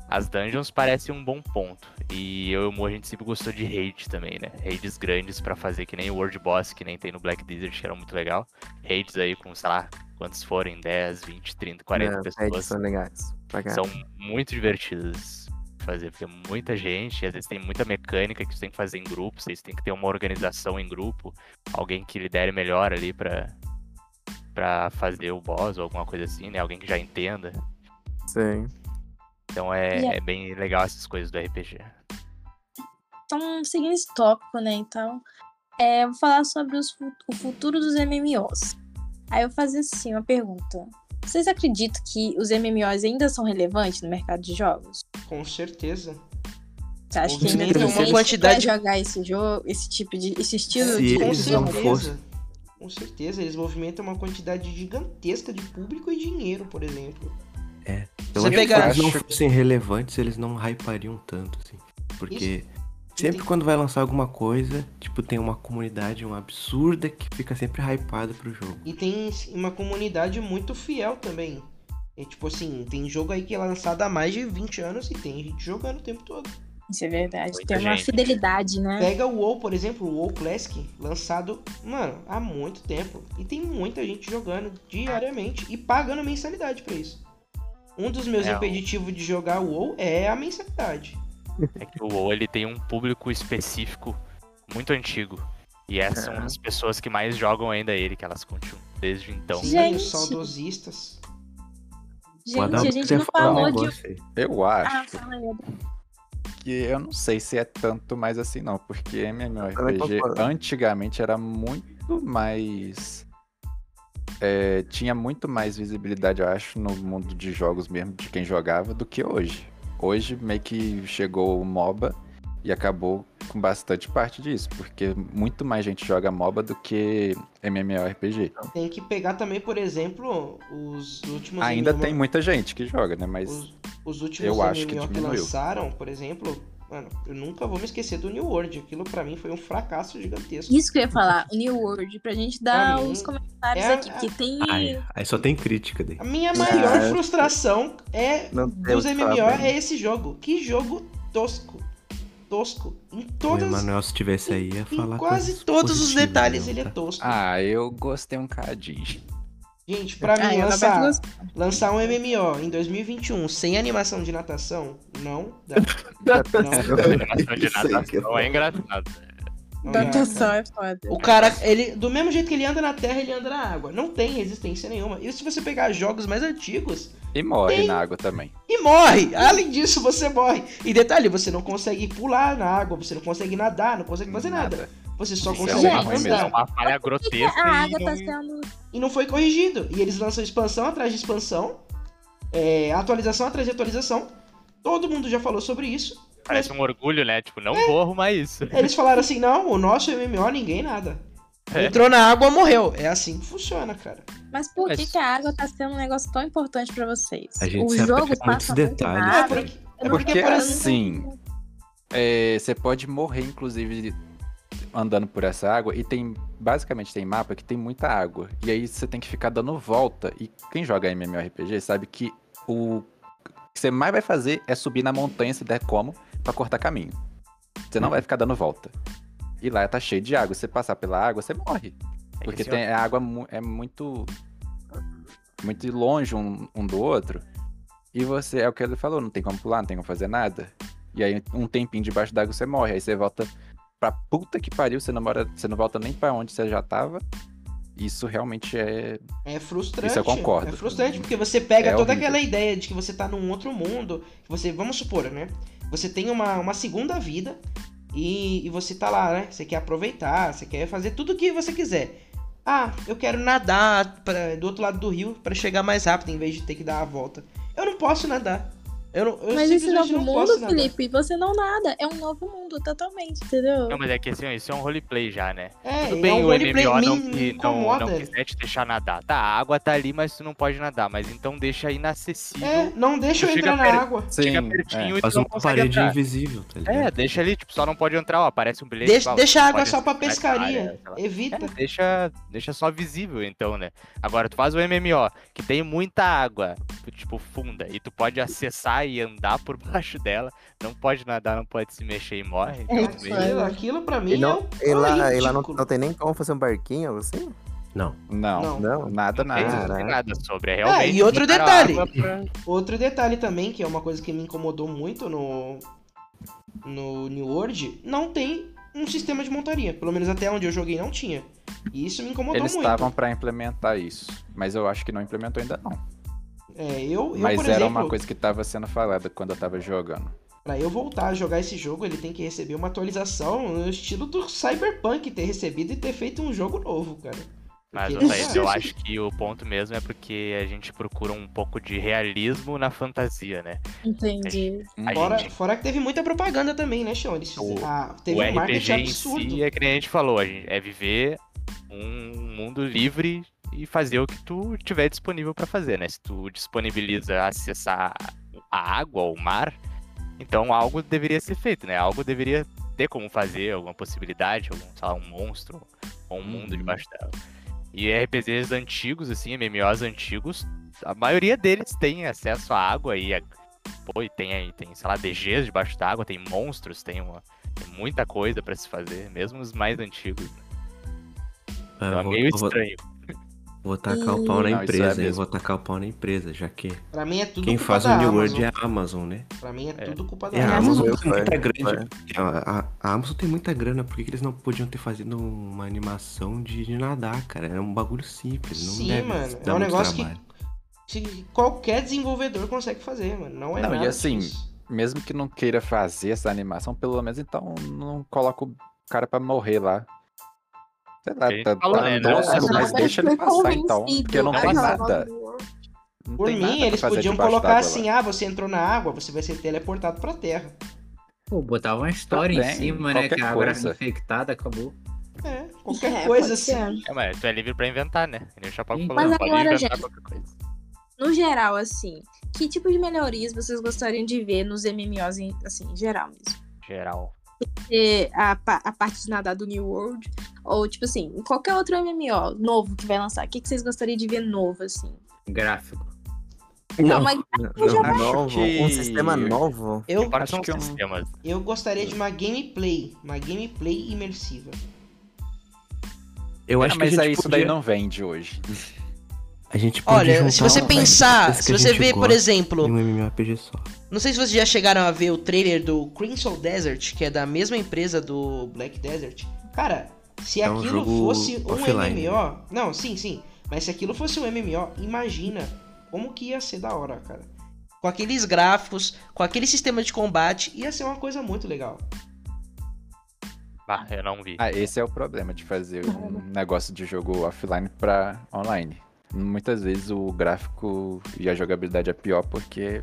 D: As dungeons parecem um bom ponto. E eu e o Mo, a gente sempre gostou de raid também, né? Raids grandes pra fazer que nem o World Boss, que nem tem no Black Desert, que era muito legal. Raids aí com, sei lá, quantos forem, 10, 20, 30, 40
E: Não,
D: pessoas.
E: são legais. Pra cá.
D: são muito divertidas de fazer, porque é muita gente, às vezes tem muita mecânica que você tem que fazer em grupo, vocês têm que ter uma organização em grupo, alguém que lidere melhor ali pra, pra fazer o boss ou alguma coisa assim, né? Alguém que já entenda.
E: Sim.
D: Então é,
C: Yeah.
D: é bem legal essas coisas do RPG.
C: Então, seguindo esse tópico, né? Então, é, eu vou falar sobre os fu- o futuro dos MMOs. Aí eu vou fazer assim uma pergunta. Vocês acreditam que os MMOs ainda são relevantes no mercado de jogos?
A: Com certeza.
C: Você acha
A: Com
C: Tá, que ainda
E: certeza.
C: tem
E: Uma
C: gente
A: quantidade-
C: que vai jogar esse jogo, esse tipo de, esse estilo
F: Se
C: de
A: Com
F: eles não
C: conteúdo?
A: certeza.
F: fossem-
A: Com certeza, eles movimentam uma quantidade gigantesca de público e dinheiro, por exemplo.
F: É.
A: Você
F: acho que
A: pegar-
F: Se eles não fossem relevantes, eles não hypariam tanto, assim. Porque sempre
A: Entendi.
F: quando vai lançar alguma coisa, tipo, tem uma comunidade, um absurda, que fica sempre hypada pro jogo.
A: E tem uma comunidade muito fiel também. É tipo assim, tem jogo aí que é lançado há mais de 20 anos e tem gente jogando o tempo todo.
C: Isso é verdade.
D: Muita
C: tem uma
D: gente.
C: fidelidade, né?
A: Pega o WoW, por exemplo, o WoW Classic, lançado, mano, há muito tempo. E tem muita gente jogando diariamente e pagando mensalidade pra isso. Um dos meus
D: É, o-
A: impeditivos de jogar o WoW é a mensalidade.
D: É que o WoW ele tem um público específico muito antigo. E essas são as pessoas que mais jogam ainda ele, que elas continuam desde então.
A: Sim, tem
C: Gente.
A: os saudosistas.
C: Gente,
F: Adalto,
C: a gente
F: você
C: não
F: falar um
C: falou de.
F: negócio aí.
B: Eu
C: Ah,
B: acho
C: fala aí.
B: que eu não sei se é tanto mais assim, não, porque
E: também
B: MMORPG
E: concordo.
B: antigamente era muito mais. é, tinha muito mais visibilidade, eu acho, no mundo de jogos mesmo, de quem jogava, do que hoje. Hoje meio que chegou o MOBA e acabou com bastante parte disso, porque muito mais gente joga MOBA do que MMORPG.
A: Tem que pegar também, por exemplo, os últimos.
B: Ainda
A: MMO
B: tem muita gente que joga, né? Mas
A: Os, os últimos
B: eu acho que
A: MMO que,
B: diminuiu.
A: lançaram, por exemplo, mano, eu nunca vou me esquecer do New World. Aquilo pra mim foi um fracasso gigantesco.
C: Isso que eu ia falar, o New World, pra gente dar
A: Pra mim,
C: uns comentários
A: é-
C: aqui, porque tem.
F: Ai, aí só tem crítica daí.
A: A minha
E: Ah,
A: maior
E: eu-
A: frustração é
E: Não tem o
A: dos
E: que
A: MMO
E: falar, né?
A: é esse jogo. Que jogo tosco. Tosco. Em
F: O
A: todas
F: Emanuel, se tivesse aí, ia
A: em
F: falar coisas
A: quase todos os
F: positivas,
A: detalhes
F: não,
A: ele é
F: tá?
A: tosco.
B: Ah, eu gostei um cadinho.
A: Gente, pra
C: Ah,
A: mim
C: eu
A: lançar,
C: gosto.
A: lançar um MMO em 2021 sem animação de natação, não dá.
E: é
A: Não,
D: Animação de
E: Isso aí que eu
D: natação é engraçado.
A: não dá.
C: Natação é foda.
A: O cara, ele, do mesmo jeito que ele anda na terra, ele anda na água. Não tem resistência nenhuma. E se você pegar jogos mais antigos
B: E morre
A: Tem-
B: na água também.
A: e morre, além disso você morre. E detalhe, você não consegue pular na água, você não consegue nadar, não consegue fazer nada. Você só
B: Isso é
A: consegue
C: uma ruim
A: andar.
D: É uma falha
C: Por que que
D: grotesca.
C: a
D: e
C: água tá
D: não-
C: sendo.
A: E não foi corrigido. E eles lançam expansão atrás de expansão, é, atualização atrás de atualização. Todo mundo já falou sobre isso.
D: Parece um orgulho, né? Tipo, não vou arrumar isso.
A: Eles falaram assim: não, o nosso MMO ninguém nada.
B: É.
A: Entrou na água, morreu. É assim que funciona, cara.
C: Mas por que,
D: Mas-
C: que a água tá sendo um negócio tão importante pra vocês?
F: A gente
C: o
F: se apega
C: jogo
F: a muitos
C: passa muito
F: detalhes,
C: na
A: É
C: água.
A: porque, é
B: É
A: porque,
B: porque
A: por exemplo,
B: assim, é, você pode morrer, inclusive, andando por essa água. E tem, basicamente, tem mapa que tem muita água. E aí você tem que ficar dando volta. E quem joga MMORPG sabe que o que você mais vai fazer é subir na montanha, se der como, pra cortar caminho. Você não vai ficar dando volta. E lá tá cheio de água. Se você passar pela água, você morre.
D: É
B: Porque
D: que
B: tem, a água mu- é muito. Muito longe um, um do um outro. E você, é o que ele falou, não tem como pular, não tem como fazer nada. E aí, um tempinho debaixo d'água, você morre. Aí você volta pra puta que pariu, você não, mora, você não volta nem pra onde você já tava. Isso realmente é.
A: É frustrante.
B: Isso eu concordo.
A: É frustrante porque você pega
B: É
A: toda
B: horrível.
A: aquela ideia de que você tá num outro mundo, que você, vamos supor, né? Você tem uma, uma segunda vida e, e você tá lá, né? Você quer aproveitar, você quer fazer tudo o que você quiser. Ah, eu quero nadar pra, do outro lado do rio pra chegar mais rápido em vez de ter que dar a volta. Eu não posso nadar. Eu não, eu
C: Mas esse
A: simplesmente
C: novo
A: não né,
C: mundo,
A: posso nadar.
C: Felipe, você não nada. É um novo mundo, totalmente, entendeu?
D: Não, mas é que assim, ó, isso é um roleplay já, né?
A: É,
D: Tudo
A: é
D: bem
A: um
D: o
A: roleplay,
D: MMO não,
A: me- me
D: que- não,
A: incomoda.
D: não quiser te deixar nadar. Tá, a água tá ali, mas tu não pode nadar. Mas então deixa inacessível.
A: É, não deixa eu
D: Chega
A: entrar na
D: perto.
A: água.
D: Chega
B: Sim, é.
D: pertinho e tu
F: Faz
D: não
F: uma
D: consegue
F: parede
D: entrar.
F: invisível, tá ligado?
D: É, deixa ali, tipo, só não pode entrar, ó, aparece um bilhete.
A: né? Deixa,
D: fala,
A: deixa a
D: não
A: água
D: pode
A: só pra
D: entrar nessa área,
A: pescaria.
D: sei lá. É,
A: Evita.
D: deixa, deixa só visível, então, né? Agora, tu faz o MMO, que tem muita água, tu, tipo, funda, e tu pode acessar e andar por [laughs] baixo dela, não pode nadar, não pode se mexer e
A: É
D: morre. Então,
C: isso
D: meio-
C: aí.
A: Aquilo, aquilo pra mim
E: E, não,
A: é um-
E: e lá,
A: é
E: e lá não,
A: ridículo.
E: não tem nem como fazer um barquinho assim?
B: é, não,
A: Não.
E: Não.
B: nada,
D: não tem-
B: nada.
D: não tem
E: Caraca.
D: nada sobre, é realmente.
A: Ah, e outro
D: botaram
A: detalhe.
D: água pra-
A: Outro detalhe também, que é uma coisa que me incomodou muito no, no New World, não tem um sistema de montaria. Pelo menos até onde eu joguei não tinha. E isso me incomodou
B: Eles
A: muito.
B: estavam pra implementar isso, mas eu acho que não implementou ainda não.
A: É, eu, eu
B: mas
A: por
B: era
A: exemplo,
B: uma coisa que tava sendo falada quando eu tava jogando.
A: pra eu voltar a jogar esse jogo, ele tem que receber uma atualização no estilo do Cyberpunk, ter recebido e ter feito um jogo novo, cara. [laughs]
D: Mas,
A: Porque-
D: Otávio, eu acho que o ponto mesmo é porque a gente procura um pouco de realismo na fantasia, né?
C: Entendi.
D: A
A: Fora,
D: gente-
A: fora que teve muita propaganda também, né, Sean? Eles
D: O-
A: fizeram- ah, teve
D: o
A: um marketing
D: RPG em
A: absurdo.
D: si é que nem a gente falou, a gente- é viver um mundo livre e fazer o que tu tiver disponível pra fazer, né? Se tu disponibiliza acessar a água ou o mar, então algo deveria ser feito, né? Algo deveria ter como fazer, alguma possibilidade, algum, sei lá, um monstro ou um
A: Uhum.
D: mundo debaixo dela. E RPGs antigos, assim, MMOs antigos, a maioria deles tem acesso à água e, a- pô, e tem aí, tem, sei lá, DGs debaixo d'água, tem monstros, tem uma tem muita coisa pra se fazer, mesmo os mais antigos. né?
F: Ah,
D: Então é
F: vou-
D: meio
F: vou-
D: estranho.
F: Vou tacar o pau
B: Não,
F: na
B: isso é
F: empresa, hein?
B: mesmo.
F: Vou tacar o pau na empresa, já que
A: Pra mim é tudo
F: quem
A: culpa
F: faz o
A: da
F: New
A: Amazon.
F: World é a Amazon, né?
A: Pra mim é,
D: É.
A: tudo culpa da
F: É, a
B: ah,
A: Amazon.
F: Amazon
E: eu
F: tem muita
D: tá
E: sei,
F: grana. A, a- a Amazon tem muita grana, por que que eles não podiam ter fazido uma animação de, de nadar, cara? Era um bagulho simples, não
A: Sim,
F: deve
A: mano,
F: dar
A: é um
F: muito
A: negócio que-
F: trabalho.
A: Se qualquer desenvolvedor consegue fazer, mano. Não é
B: Não, e
A: nada
B: assim,
A: difícil.
B: Mesmo que não queira fazer essa animação, pelo menos então não coloca o cara pra morrer lá. Sei lá,
D: A gente
B: tá,
D: falou,
B: tá
D: né,
B: no
D: não,
B: décimo,
D: não,
B: mas
D: não,
B: deixa ele passar então, porque não
D: Ah,
B: tem
D: não,
B: nada. Não
A: Por
B: tem nada
A: mim,
B: pra
A: eles
B: fazer
A: podiam
B: debaixo
A: colocar
B: d'água lá.
A: assim: ah, você entrou na água, você vai ser teleportado pra terra.
G: Pô, botar uma história em
B: Também,
G: cima, né?
B: qualquer
G: Que a água
B: coisa.
G: era infectada, acabou.
A: É, qualquer
C: É,
A: coisa
C: pode
A: assim.
C: ser.
D: É, mas tu é livre pra inventar, né? Que nem o Chapaco
G: Mas
D: falou, não pode
C: agora,
D: inventar
C: gente-
D: qualquer coisa.
C: No geral, assim, que tipo de melhorias vocês gostariam de ver nos MMOs, em- assim, em geral mesmo?
D: Geral.
C: Ter a, pa- a parte de nadar do New World, ou tipo assim, em qualquer outro MMO novo que vai lançar, o que, que vocês gostariam de ver novo, assim?
G: Gráfico.
C: Não, mas
E: Um
B: acho
E: novo,
B: que-
E: um sistema novo.
A: Eu,
D: Agora
B: acho
D: são
B: que é um-
D: sistemas.
A: eu gostaria de uma gameplay. Uma gameplay imersiva.
F: Eu
B: Ah,
F: acho que a
B: mas
F: gente
B: aí isso daí
F: podia-
B: não vende hoje.
F: A gente pode
A: Olha, se
F: juntar
A: você
F: um-
A: pensar,
F: coisa que
A: se
F: a
A: você
F: gente
A: ver, por
F: gosta
A: exemplo,
F: em um MMORPG só.
A: Não sei se vocês já chegaram a ver o trailer do Crimson Desert, que é da mesma empresa do Black Desert. Cara, se
F: É um
A: aquilo
F: jogo
A: fosse um
F: offline, né?
A: MMO. Não, sim, sim. Mas se aquilo fosse um MMO, imagina como que ia ser da hora, cara. Com aqueles gráficos, com aquele sistema de combate, ia ser uma coisa muito legal.
D: Ah, eu não vi.
B: Ah, esse é o problema de fazer um negócio de jogo offline pra online. Muitas vezes o gráfico e a jogabilidade é pior porque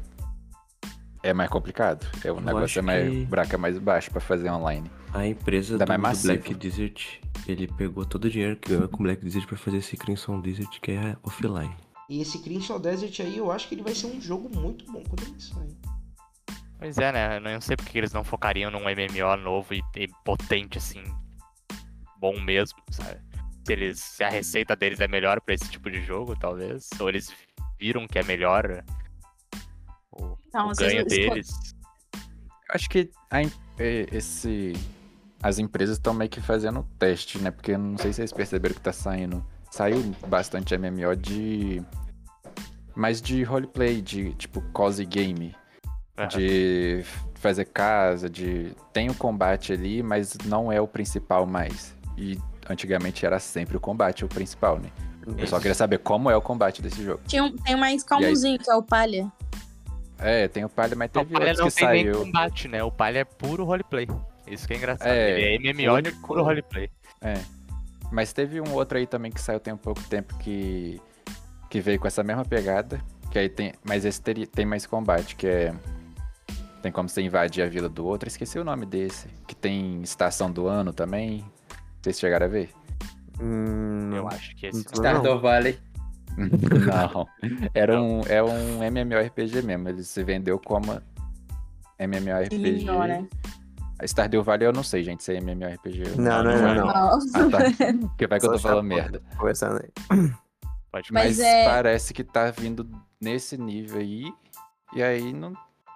B: é mais complicado. É um negócio
F: acho
B: é mais
F: que-
B: braca mais baixo pra fazer online.
F: A empresa
B: Ainda
F: do,
B: mais
F: do
B: massivo.
F: Black Desert, ele pegou todo o dinheiro que ganhou com o Black Desert pra fazer esse Crimson Desert que é offline.
A: E esse Crimson Desert aí, eu acho que ele vai ser um jogo muito bom quando ele sair.
D: Pois é, né? Eu não sei porque eles não focariam num MMO novo e, e potente, assim. Bom mesmo, sabe? Se, eles, se a receita deles é melhor pra esse tipo de jogo, talvez. Ou eles viram que é melhor. O,
C: Não,
D: o
C: então, vocês
D: ganho
C: esco-
D: deles.
B: Eu acho que a em- é, esse as empresas estão meio que fazendo teste, né? Porque eu não sei se vocês perceberam que tá saindo. Saiu bastante MMO de Mas de roleplay, de tipo cozy game.
D: Aham.
B: De fazer casa, de. Tem o combate ali, mas não é o principal mais. E antigamente era sempre o combate o principal, né? Eu só queria saber como é o combate desse jogo.
C: Tinha um- tem mais calmozinho, que é o palha.
B: É, tem o Palha, mas
D: O
B: teve
D: Palha
B: outros
D: não
B: que
D: tem nem
B: saiu.
D: combate, né? O Palha é puro roleplay. Isso que é engraçado.
B: É,
D: Ele é MMO de
B: único-
D: puro roleplay.
B: Mas teve um outro aí também que saiu tem um pouco tempo que. que veio com essa mesma pegada. Que aí tem. Mas esse teria- tem mais combate, que é. Tem como você invadir a vila do outro. Esqueci o nome desse. Que tem estação do ano também. Vocês chegaram a ver?
E: Hum,
D: Eu acho que é tá esse.
E: Não.
H: Stardew Valley.
B: Não. Era um, é um MMORPG mesmo. Ele se vendeu como MMORPG.
C: Menino, né?
B: A Stardew Valley eu não sei, gente, se é MMORPG. ou
E: Não, não, não, não.
C: Não.
B: Ah, tá. Porque vai que eu
E: Só
B: tô falando
E: chapa-
B: merda.
E: Conversando aí.
D: Pode
B: Mas,
C: Mas é-
B: parece que tá vindo nesse nível aí. E aí não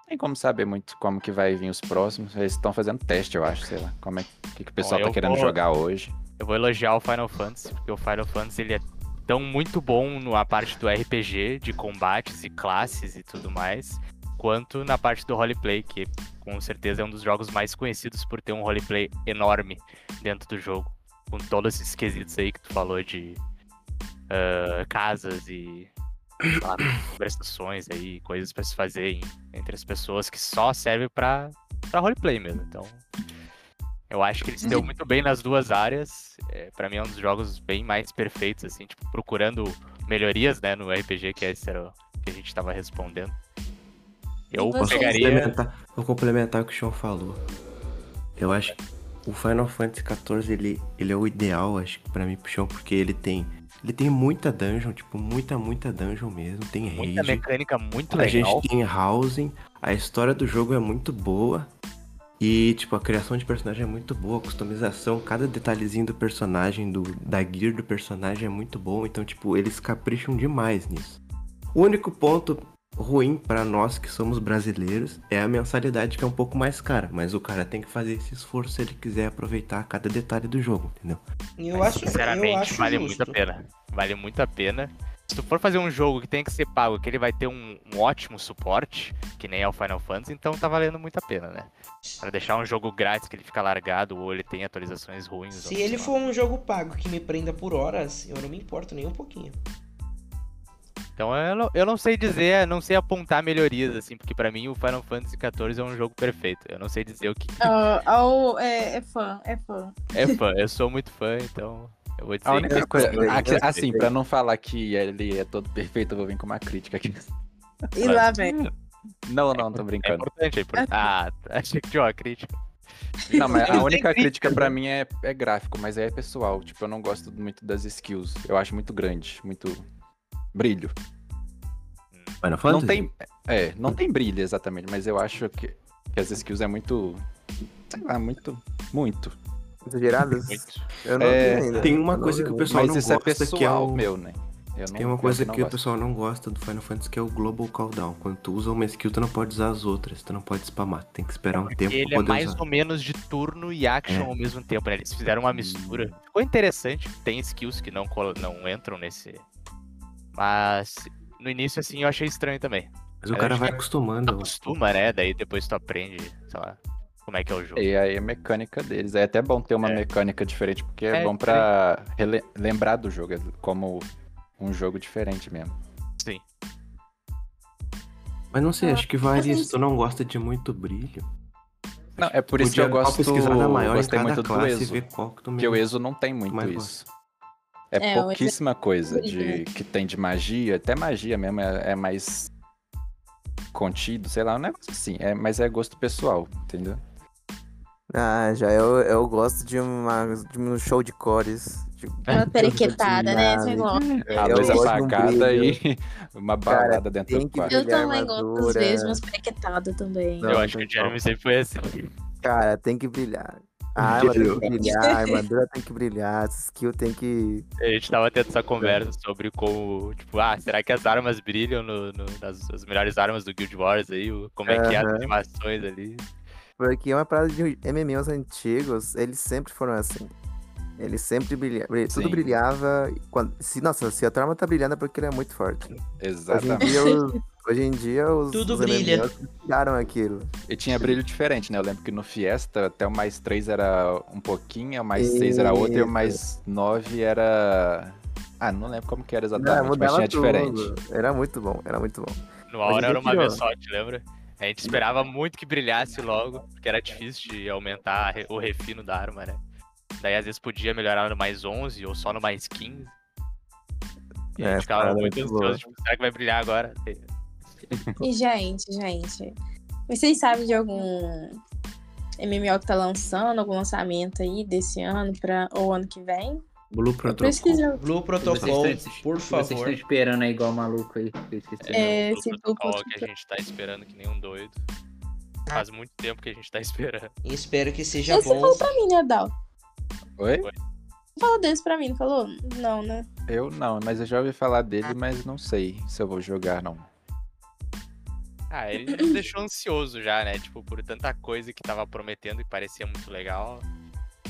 B: tem como saber muito como que vai vir os próximos. Eles estão fazendo teste, eu acho, sei lá. Como é o que, que o pessoal
D: eu
B: tá querendo
D: vou-
B: jogar hoje.
D: Eu vou elogiar o Final Fantasy, porque o Final Fantasy ele é tão muito bom na parte do RPG, de combates e classes e tudo mais, quanto na parte do roleplay, que com certeza é um dos jogos mais conhecidos por ter um roleplay enorme dentro do jogo. Com todos esses quesitos aí que tu falou de ah, casas e sei lá, conversações aí, coisas pra se fazer em- entre as pessoas que só serve pra, pra roleplay mesmo. Então, eu acho que ele se
C: Uhum.
D: deu muito bem nas duas áreas. É, para mim é um dos jogos bem mais perfeitos, assim, tipo, procurando melhorias, né, no RPG, que esse era o que a gente tava respondendo. Eu
C: E vocês?
D: pegaria.
F: complementar, vou complementar o que o Sean falou. Eu acho que o Final Fantasy XIV ele, ele é o ideal, acho que pra mim pro Sean, porque ele tem. Ele tem muita dungeon, tipo, muita, muita dungeon mesmo. Tem raid.
D: Muita mecânica muito
F: A
D: legal.
F: gente tem housing, a história do jogo é muito boa. E, tipo, a criação de personagem é muito boa, a customização, cada detalhezinho do personagem, do, da gear do personagem é muito bom. Então, tipo, eles capricham demais nisso. O único ponto ruim pra nós que somos brasileiros é a mensalidade, que é um pouco mais cara. Mas o cara tem que fazer esse esforço se ele quiser aproveitar cada detalhe do jogo, entendeu?
A: E Eu
F: Mas,
A: acho,
D: Sinceramente,
A: eu acho
D: vale muito
A: justo.
D: a pena. Vale muito a pena. Se tu for fazer um jogo que tem que ser pago, que ele vai ter um, um ótimo suporte, que nem é o Final Fantasy, então tá valendo muito a pena, né? Pra deixar um jogo grátis que ele fica largado ou ele tem atualizações ruins. ou
A: Se
D: sei
A: ele
D: lá.
A: for um jogo pago que me prenda por horas, eu não me importo nem um pouquinho.
D: Então eu não, eu não sei dizer, não sei apontar melhorias, assim, porque pra mim o Final Fantasy XIV é um jogo perfeito. Eu não sei dizer o que que
B: tá.
C: Oh, oh, é, é fã, é fã.
D: é fã. Eu sou muito fã, então eu vou dizer.
B: A única
D: que-
B: coisa.
E: gostei,
B: ah, que-
E: gostei.
B: Assim, pra não falar que ele é todo perfeito, eu vou vir com uma crítica aqui. [laughs]
C: E lá, velho.
B: Não, não, tô
D: É
B: brincando.
D: importante, é importante. Ah, [laughs] tá. achei que tinha uma crítica. É,
B: Não, mas a
D: [laughs]
G: Não tem
B: única
G: crítica,
B: crítica
G: né?
B: pra mim é, é gráfico, mas aí é pessoal. Tipo, eu não gosto muito das skills. Eu acho muito grande, muito brilho.
F: Final
B: Não tem. É, não tem brilho exatamente, mas eu acho que, que as skills é muito. Sei lá, muito. Muito.
E: Giradas?
D: Muito.
E: Eu não
B: É,
E: vi ainda.
F: Tem uma
E: Não vi.
F: coisa que o pessoal
B: Mas
F: não
B: isso é
F: gosta, que é
B: pessoal
F: o...
B: meu, né? Eu não-
F: Tem uma
B: eu
F: coisa
B: não
F: que o
B: gosto.
F: pessoal não gosta do Final Fantasy que é o Global Countdown. Quando tu usa uma skill, tu não pode usar as outras, tu não pode spamar, tem que esperar um tempo
D: ele
F: pra
D: é
F: poder
D: mais
F: usar.
D: ou menos de turno e action
F: É.
D: ao mesmo tempo, né? Eles fizeram uma mistura. Ficou interessante, tem skills que não, colo- não entram nesse. Mas no início, assim, eu achei estranho também.
F: Mas o
D: É,
F: cara
D: acho
F: vai
D: que-
F: acostumando.
D: Acostuma, né? Daí depois tu aprende, sei lá, como é que é o jogo.
B: E aí a mecânica deles. É até bom ter uma mecânica diferente, porque é,
D: É,
B: bom pra rele- lembrar do jogo, é como um jogo diferente mesmo.
F: Mas não sei, acho que
C: mas
F: varia.
C: não
F: Se tu não gosta de muito brilho,
B: Não, é por isso que eu
F: podia dar uma
B: gosto.
F: pesquisada maior
B: Gostei
F: em cada
B: muito do
F: classe e
B: Exo.
F: ver qual que tu
B: Porque o
F: melhor.
B: Exo não tem muito
F: Mas
B: isso. É,
C: É, o Exo é né?
B: pouquíssima coisa de
C: brilho,
B: que tem de magia, até magia mesmo é, é mais contido, sei lá, um negócio assim, é, mas é gosto pessoal, entendeu?
E: Ah, já eu, eu gosto de, uma, de um show de cores. De...
C: Uma perequetada, né? Você gosta.
B: A
E: eu
B: luz
E: gosto de um
B: apagada
E: brilho.
B: e [laughs] uma
E: Cara,
B: balada dentro
E: tem
B: do
E: que
B: quarto.
C: Eu
E: Pegar
C: também gosto, às
E: armadura.
C: vezes, umas perequetadas também.
E: Não.
D: eu acho que o Jeremy sempre foi assim.
E: Cara, tem que brilhar. A arma tem que brilhar, a armadura tem que brilhar, essa skill tem que.
D: A gente tava tendo essa
E: É.
D: conversa sobre como, tipo, ah, será que as armas brilham no, no- nas as melhores armas do Guild Wars aí? o- Como é que é as
E: Aham.
D: animações ali?
E: Porque é uma parada de MMOs antigos, eles sempre foram assim. Ele sempre brilhava. Tudo
B: Sim.
E: brilhava. e Quando... Se, nossa, se a trama tá brilhando é porque ele é muito forte. Hoje em
B: Exatamente.
E: dia, os, hoje em dia, os-
A: Tudo
E: os
A: brilha.
E: MMOs tiraram aquilo.
B: E tinha brilho diferente, né? Eu lembro que no Fiesta até o mais 3 era um pouquinho, o mais 6 era outro e o
E: Isso.
B: mais 9 era. Ah, não lembro como que era exatamente, mas
E: mudava
B: tinha
E: tudo.
B: diferente.
E: Era muito bom, era muito bom.
D: No
E: Mas
D: Aura
E: ele
D: era uma
E: tirou.
D: vez só, te lembra? A gente esperava muito que brilhasse logo, porque era difícil de aumentar a re- o refino da arma, né? Daí às vezes podia melhorar no mais 11 ou só no mais 15. E a
E: É,
D: gente ficava
E: cara,
D: muito
E: muito
D: ansioso,
E: boa.
D: tipo, será que vai brilhar agora?
C: E, gente, gente. Vocês sabem de algum MMO que tá lançando, algum lançamento aí desse ano pra, ou ano que vem?
F: Blue
C: Por
F: Protocol.
C: isso que já-
A: Blue Protocol,
G: Vocês estão-
A: por
G: Vocês
A: favor.
G: estão esperando aí igual maluco aí. que eu esqueci.
C: É,
D: O
C: esse
D: um protocolo
C: duplo Ah.
D: que a gente tá esperando que nem um doido. Faz muito tempo que a gente tá [laughs] esperando.
A: E espero que seja
C: Esse
A: bom.
C: falou pra mim, né, Adal?
B: Oi?
C: Falou desse pra mim, não falou? Não, né?
B: Eu não, mas eu já ouvi falar dele, mas não sei se eu vou jogar, não.
D: Ah, ele nos deixou ansioso já, né? Tipo, por tanta coisa que tava prometendo e parecia muito legal.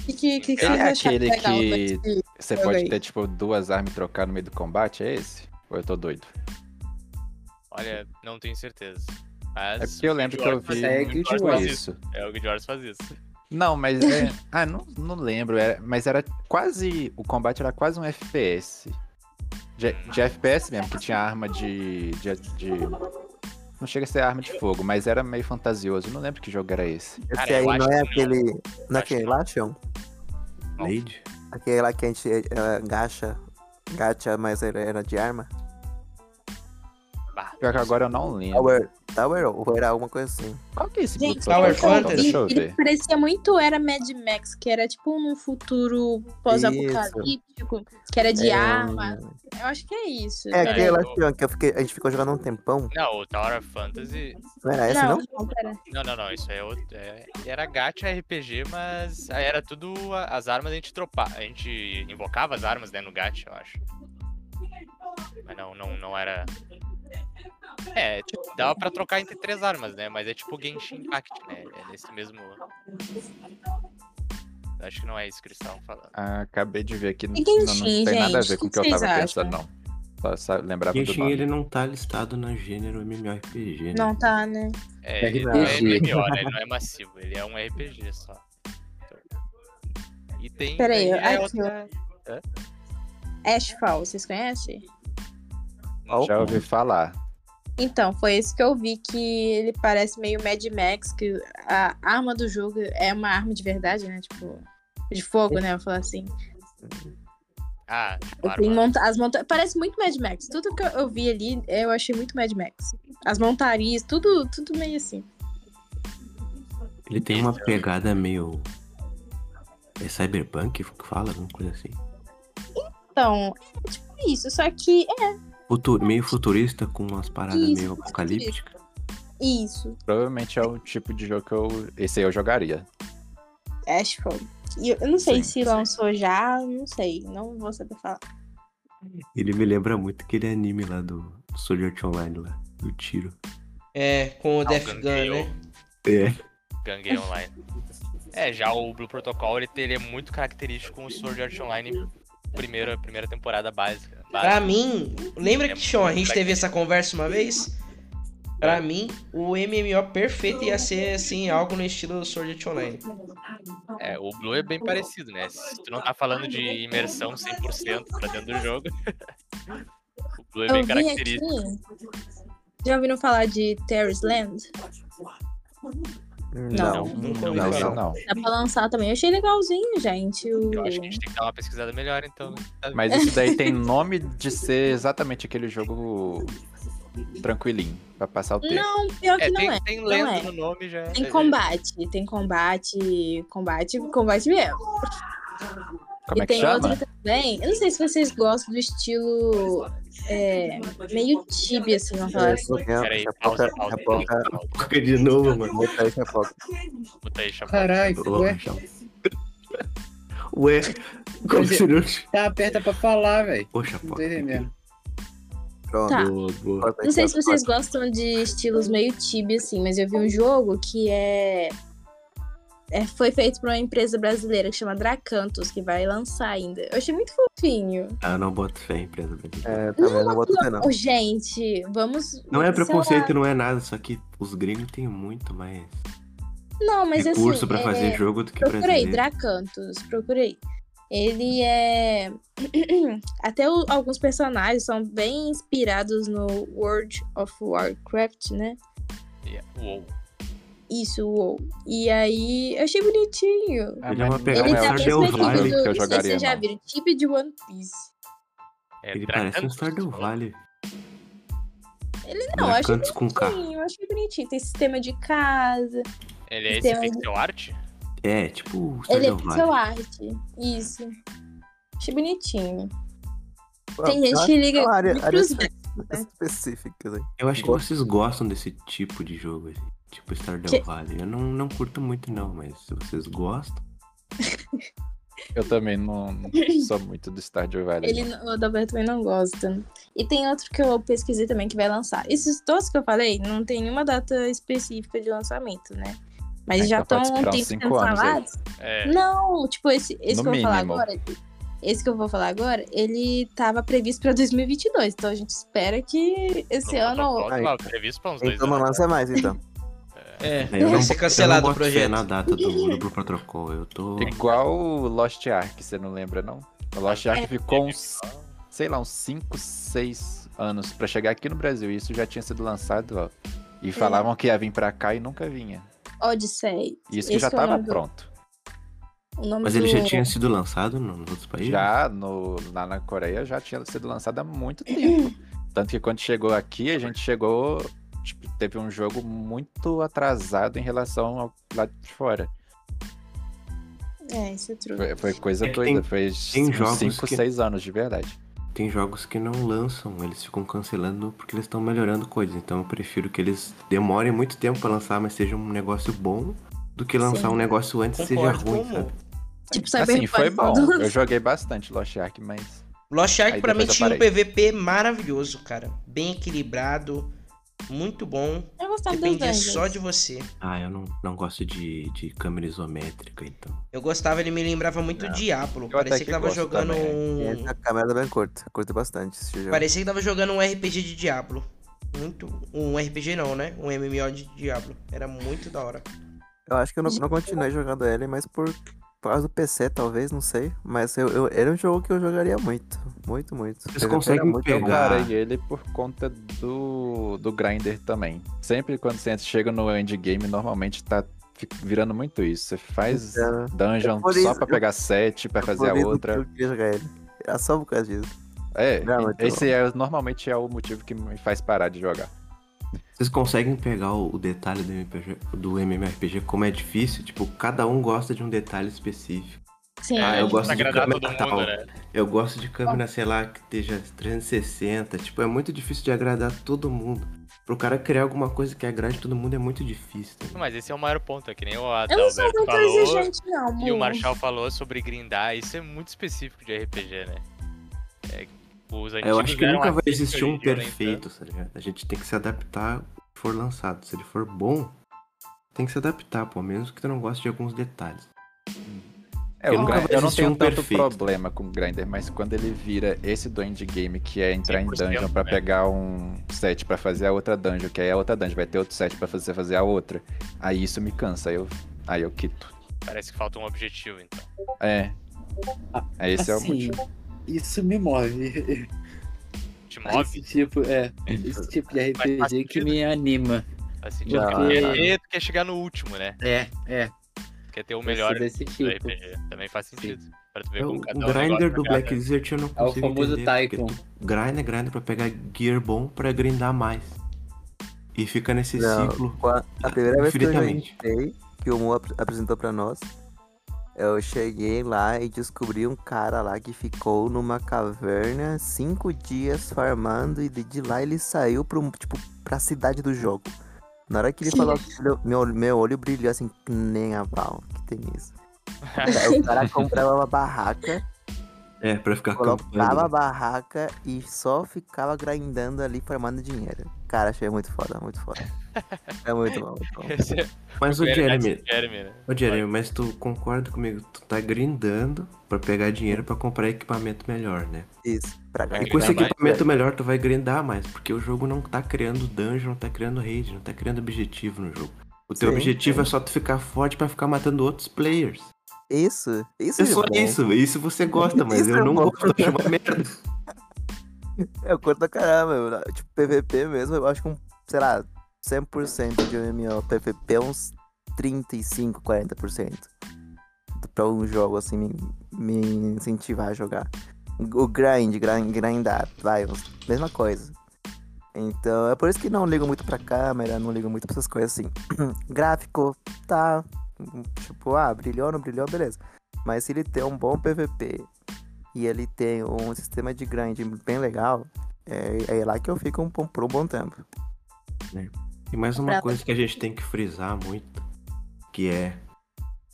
C: E que, que, que
B: Ele
C: vocês
B: é
C: acharam
B: aquele
C: legal
B: que-
C: desse-
B: Você
C: Joga
B: pode
C: aí.
B: ter, tipo, duas armas e trocar no meio do combate, é esse? Ou eu tô doido?
D: Olha, não tenho certeza. Mas
B: É porque eu lembro que eu
D: Guild Wars
B: vi
D: faz-
G: É,
D: Guild
G: Guild
D: Wars
G: Wars.
D: faz isso.
B: Tipo isso.
D: É, o Guild Wars faz isso.
B: Não, mas é... Ah, não, não lembro, era- mas era quase... O combate era quase um FPS. De, de FPS mesmo, que tinha arma de, de, de- Não chega a ser arma de fogo, mas era meio fantasioso. Não lembro que jogo era esse.
E: Esse
D: Cara,
E: aí
D: eu
E: não
D: acho
E: é
D: que não.
E: aquele. Não é
D: Acho que
E: aquele
D: não.
E: lá, Tião?
F: Blade?
E: Aquele lá que a gente ela gacha. Gacha, mas era, era de arma.
D: Bah,
B: Pior que agora eu não lembro.
E: Tower. Tower ou era alguma coisa assim.
B: Qual que é esse
C: Gente, então,
B: Blue
A: Tower
B: Protocol?
A: Fantasy?
B: Deixa eu
C: Ele,
B: ver.
C: ele parecia muito era Mad Max, que era tipo num futuro pós-apocalíptico, que era de
E: É.
C: arma.
B: hum.
C: Eu acho que é isso.
E: É
C: Pera aí.
E: aquele lá,
D: eu-
E: Tião, que eu fiquei- a gente ficou jogando um tempão.
D: Não, o Tower of Fantasy.
E: Não era esse, não?
C: pera.
D: Não, não, não. Isso é outro. é- Era gacha RPG, mas aí era tudo. a- As armas a gente tropava. A gente invocava as armas, né, no gacha, eu acho. Mas não, não, não era. É, dava pra trocar entre três armas, né? Mas é tipo Genshin Impact, né? É nesse mesmo. Acho que não é isso que eles estavam falando.
B: Ah, acabei de ver aqui. Não, não
C: Genshin,
B: tem nada a ver
C: gente?
B: com o
C: O
B: que eu
C: que
B: tava
C: vocês
B: pensando, não. Só, só lembrava do
F: Genshin,
B: nome.
F: ele não tá listado na gênero MMORPG, né?
C: Não tá, né?
D: É, ele não é
G: RPG.
D: MMO, né? Ele não é massivo, ele é um RPG só. Então- E tem.
C: Pera aí,
D: daí é
C: aqui, ó.
D: outra-
C: Ashfall, vocês conhecem?
F: é
E: Ó,
B: Já ouvi falar.
C: Então, foi esse que eu vi que ele parece meio Mad Max, que a arma do jogo é uma arma de verdade, né? Tipo, de fogo, né? Eu falo assim.
D: Ah, tipo,
C: Tem
D: arma.
C: monta- as monta parece muito Mad Max. Tudo que eu- eu vi ali, eu achei muito Mad Max. As montarias, tudo, tudo meio assim.
F: Ele tem uma pegada meio. É cyberpunk que fala, alguma coisa assim.
C: Então, é tipo isso, só que é
F: Futu- meio futurista com umas paradas
C: Isso,
F: meio
C: futurista.
F: apocalípticas.
C: isso.
B: Provavelmente é o tipo de jogo que eu. Esse aí eu jogaria.
C: Ashfall. E eu, eu não sei
B: Sim,
C: se lançou já, não sei. Não vou saber falar.
F: Ele me lembra muito aquele anime lá do, do Sword Art Online lá, do tiro.
A: É, com
B: Tá
A: o Def Gun,
D: ganhou.
A: né?
F: É.
D: Gangue Online. É, já o Blue Protocol ele, tem- ele é muito característico com o Sword Art Online primeira, primeira temporada básica.
A: Pra
D: básica.
A: mim, lembra
B: É
A: que Sean, a gente teve essa conversa uma vez? Pra
B: É.
A: mim, o MMO perfeito ia ser, assim, algo no estilo Sword Art Online.
D: É, o Blue é bem parecido, né? Se tu não tá falando de imersão 100% pra dentro do jogo. [laughs] o Blue é
C: eu
D: bem
C: vi aqui.
D: característico.
C: Já ouviram falar de Terry's Land?
E: Não.
A: Nunca
B: Hum, Não,
A: ouvi
B: não,
A: falar.
B: não.
C: Dá pra lançar também. Eu achei legalzinho, gente. O...
D: Eu acho que a gente tem que dar uma pesquisada melhor, então. né?
B: Mas isso daí tem nome de ser exatamente aquele jogo tranquilinho, pra passar o tempo.
C: Não, pior que
D: É,
C: não
D: tem,
C: é.
D: tem
C: não
D: lenda
C: é.
D: no nome já.
C: Tem
D: é-
C: combate, tem combate, combate, combate mesmo.
B: Como
C: e
B: é que
C: tem
B: chama?
C: outro também. Eu não sei se vocês gostam do estilo é, meio tibia, assim, vamos falar assim.
D: Peraí,
E: é
D: pausa, pausa. pausa, pausa.
F: De novo, mano.
D: Puta aí, chapéu.
G: Caralho, ué,
F: Ué, como que você não.
G: tá aperta pra falar, velho.
F: Ô, Chapoca.
G: Não tô entendendo.
E: Pronto.
C: Tá.
F: Boa, boa.
C: Não sei se vocês gostam de estilos meio tibia, assim, mas eu vi um jogo que é. é, foi feito por uma empresa brasileira que chama Dracantos, que vai lançar ainda. Eu achei muito fofinho.
F: Ah, eu não boto fé em empresa brasileira.
E: É, também não boto fé, não.
C: Ô, gente, vamos.
F: Não é
C: sei
F: preconceito, não é nada, só que os gringos têm muito mais
C: lá. Não, mas
F: recurso
C: assim.
F: pra
C: é,
F: fazer jogo do que
C: Procurei,
F: brasileiro.
C: Dracantos, procurei. Ele é. [clears throat] Até o- alguns personagens são bem inspirados no World of Warcraft, né?
D: Yeah. Uou.
C: Isso, uou. E aí, eu achei bonitinho.
B: Ah,
F: Ele é
B: mas
F: uma
B: não
F: pegada
C: Ele tá
F: é o
C: a
F: Stardew
C: mesma equipe
F: Valley
B: que
C: do.
B: eu
C: não sei se
B: jogaria,
C: vocês já
B: não.
C: viram, equipe de One Piece.
D: É,
F: Ele parece um
D: Dracantos,
F: Stardew
D: você falou?
F: Valley.
C: Ele não, eu achei
F: Dracantos com K.
C: bonitinho, eu achei bonitinho. Tem sistema de casa.
D: Ele é
C: Tem
D: esse
C: um-
D: pixel art?
F: É, tipo o
C: Ele é
F: Stardew
C: pixel
F: Valley.
C: art. Isso. Achei bonitinho.
E: Pô,
C: Tem gente que liga
E: uma área-
C: muito
B: é
E: área
C: pros
E: espe-
C: né?
E: específicas aí.
F: Eu acho que
E: Gosto.
F: vocês gostam desse tipo de jogo, assim. Tipo Stardew
C: Que-
F: Valley. Eu não, não curto muito, não, mas se vocês gostam.
B: Eu também
C: [laughs]
B: não não sou muito do Stardew Valley.
C: Ele,
B: não.
C: não- o Adalberto também não gosta. E tem outro que eu pesquisei também que vai lançar. Esses todos que eu falei não tem nenhuma data específica de lançamento, né? Mas
B: Ah,
C: já
B: então
C: estão
B: pode
C: há
B: esperar
C: um tempo
B: uns cinco
C: sendo
B: anos aí.
C: falados.
D: É.
C: Não, tipo, esse, esse que
B: No
C: eu vou falar
B: mínimo.
C: agora. Esse que eu vou falar agora, ele tava previsto pra 2022. Então a gente espera que esse é
D: No
C: ano.
D: protocolo, lá, o previsto pra uns dois
E: Então não
D: anos.
E: lança mais, então.
A: É,
F: Eu não,
A: vai ser
F: eu
A: cancelado
F: não
A: o
F: boto fé na
A: projeto.
F: data do,
C: [laughs]
F: do Blue Protocol. Eu tô.
B: Igual o Lost Ark, você não lembra, não? O Lost Ark ficou uns, sei lá, uns 5, 6 anos pra chegar aqui no Brasil. E isso já tinha sido lançado, ó. E falavam que ia vir pra cá e nunca vinha.
C: Odyssey.
B: E Isso que
C: Esse
B: já
C: que é o
B: tava
C: nome do-
B: pronto.
C: O nome
F: Mas ele já
C: do-
F: tinha sido lançado nos outros países?
B: Já no, lá na Coreia já tinha sido lançado há muito tempo. Tanto que quando chegou aqui, a gente chegou. tipo, teve um jogo muito atrasado em relação ao lá de fora.
C: É, isso é truque.
B: Foi, foi coisa
F: É que
B: doida. Foi
F: jogos
B: uns 5,
F: que-
B: 6 anos de verdade.
F: Tem jogos que não lançam, eles ficam cancelando porque eles estão melhorando coisas. Então eu prefiro que eles demorem muito tempo pra lançar, mas seja um negócio bom, do que lançar
C: Sim.
F: um negócio antes e seja
A: Concordo
F: ruim,
A: com
F: sabe?
C: Tipo,
B: Assim,
C: Cyberpunk.
B: foi bom.
C: [laughs] quando
B: Eu joguei bastante Lost Ark, mas.
A: Lost Ark
B: Aí
A: pra mim
B: depois eu
A: tinha um PVP maravilhoso, cara. Bem equilibrado, muito bom.
C: Eu
F: Tá
C: gostava dos
A: Dependia
C: dungeons.
A: só de você.
F: Ah, eu não, não gosto de, de câmera isométrica, então.
A: Eu gostava, ele me lembrava muito
B: Não.
A: Diablo.
B: até
A: Parecia que,
B: que
A: tava
B: gosto
A: jogando
B: também.
F: É,
A: um.
E: A câmera também curta. Curto bastante esse jogo.
A: Parecia que tava jogando um RPG de Diablo. Muito. Um RPG não, né? Um MMO de Diablo. Era muito da hora.
E: Eu acho que eu não, não continuei jogando ele, mas por causa do PC, talvez, não sei. Mas eu, eu- era um jogo que eu jogaria muito. Muito, muito.
F: Vocês
E: PVP era
F: conseguem
E: muito bom.
B: Eu
F: pegar-
B: parei ele por conta do, do grinder também. Sempre quando você entra- chega no endgame, normalmente tá fi- virando muito isso. Você faz
E: É.
B: dungeon
E: Por
B: só
E: isso-
B: pra pegar sete, pra fazer a
E: Por isso
B: outra.
E: que Eu queria jogar ele. Era só por causa disso.
B: É,
E: Não, muito
B: esse é, normalmente é o motivo que me faz parar de jogar.
F: Vocês conseguem pegar o, o detalhe do, MPG, do MMORPG como é difícil? Tipo, cada um gosta de um detalhe específico.
A: um
C: Sim.
F: Ah, eu gosto
D: Pra
F: de tá
D: agradar
F: câmera
D: Tá todo
F: tal.
D: mundo, né?
F: Eu gosto de câmera, sei lá, que esteja 360. Tipo, é muito difícil de agradar todo mundo. Pro cara criar alguma coisa que agrade todo mundo é muito difícil. tá ligado?
D: Mas esse é o maior ponto, é que nem o
C: Eu não sou
D: Adalberto
C: muito
D: falou.
C: exigente, não, amor.
D: E o Marshall falou sobre grindar, isso é muito específico de RPG, né? É, os assim
F: Eu acho que nunca vai existir
D: assistir
F: um perfeito, tá ligado? A gente tem que se adaptar ao que for lançado. Se ele for bom, tem que se adaptar, pô. Mesmo que tu não goste de alguns detalhes.
B: É,
F: Eu
B: o
F: nunca
B: grind-
F: vou
B: eu não
F: assistir
B: tenho
F: um
B: tanto
F: perfeito.
B: problema com o grinder, mas quando ele vira esse do endgame, que é entrar em
D: 100%,
B: dungeon pra
D: né?
B: pegar um set pra fazer a outra dungeon, que aí a outra dungeon vai ter outro set pra fazer fazer a outra. Aí isso me cansa, aí eu, aí eu quito.
D: Parece que falta um objetivo, então.
B: É. Aí Esse é o
G: Assim,
B: motivo.
G: Isso me move.
D: Te move,
G: Esse tipo, é. Esse tipo de
D: Faz
G: RPG que
D: sentido.
G: me anima.
D: faz sentido.
B: Não,
D: porque
G: não.
D: E assim, tipo, tu quer chegar no último, né?
G: É, é.
D: Tu Quer ter o
G: eu
D: melhor
G: sou desse
D: do
G: tipo.
D: RPG. Também faz sentido. Pra tu ver
F: É o,
D: como
F: o
D: cada um
F: grinder
D: negócio
F: do
D: joga, [laughs]
F: Black Desert eu não
G: É o
F: consigo
G: famoso
F: entender. porque
G: Tycoon.
F: tu Grinda, grinda pra pegar gear bom pra grindar mais. E fica nesse
E: Não,
F: ciclo.
E: com a- A primeira vez que eu
F: Infinitamente.
E: joguei, que o Mo ap- apresentou pra nós, eu cheguei lá e descobri um cara lá que ficou numa caverna cinco dias farmando e de de lá ele saiu pro, tipo, pra cidade do jogo. Na hora que ele falou aquilo, meu, olho- meu olho brilhou assim, que nem a pau, que tem isso. Aí o cara comprava uma barraca
F: É, pra ficar
E: Colocava a
F: acampando.
E: barraca e só ficava grindando ali, formando dinheiro. Cara, achei muito foda, muito foda. É muito bom, muito bom.
D: Esse é
F: Mas o Jeremy,
D: Jeremy, né?
F: ô Jeremy, mas tu concorda comigo? Tu tá grindando pra pegar dinheiro pra comprar equipamento melhor, né?
E: Isso, pra
D: Vai
E: ganhar.
F: E com esse
D: grindar mais, né?
F: equipamento melhor tu vai grindar mais, porque o jogo não tá criando dungeon, não tá criando raid, não tá criando objetivo no jogo. O teu
E: Sim,
F: objetivo é só tu ficar forte pra ficar matando outros players.
E: Isso, isso
F: É
E: é
F: só
E: bom.
F: isso, isso você gosta, mas
E: Isso
F: eu
E: é
F: não
E: bom.
F: gosto, eu acho uma merda.
E: Eu curto pra caramba, eu- tipo, PVP mesmo, eu acho que um, sei lá, 100% de MMO PVP é uns 35, 40%. Pra um jogo, assim, me, me incentivar a jogar. O grind, grind grindar, vai, uns- mesma coisa. Então, é por isso que não ligo muito pra câmera, não ligo muito pra essas coisas assim. [clears throat] Gráfico, tá, tipo, ah, brilhou, não brilhou, beleza. Mas se ele tem um bom PVP e ele tem um sistema de grind bem legal, é, é lá que eu fico um, po- por um bom tempo.
F: E mais uma
C: Prata.
F: coisa que a gente tem que frisar muito, que é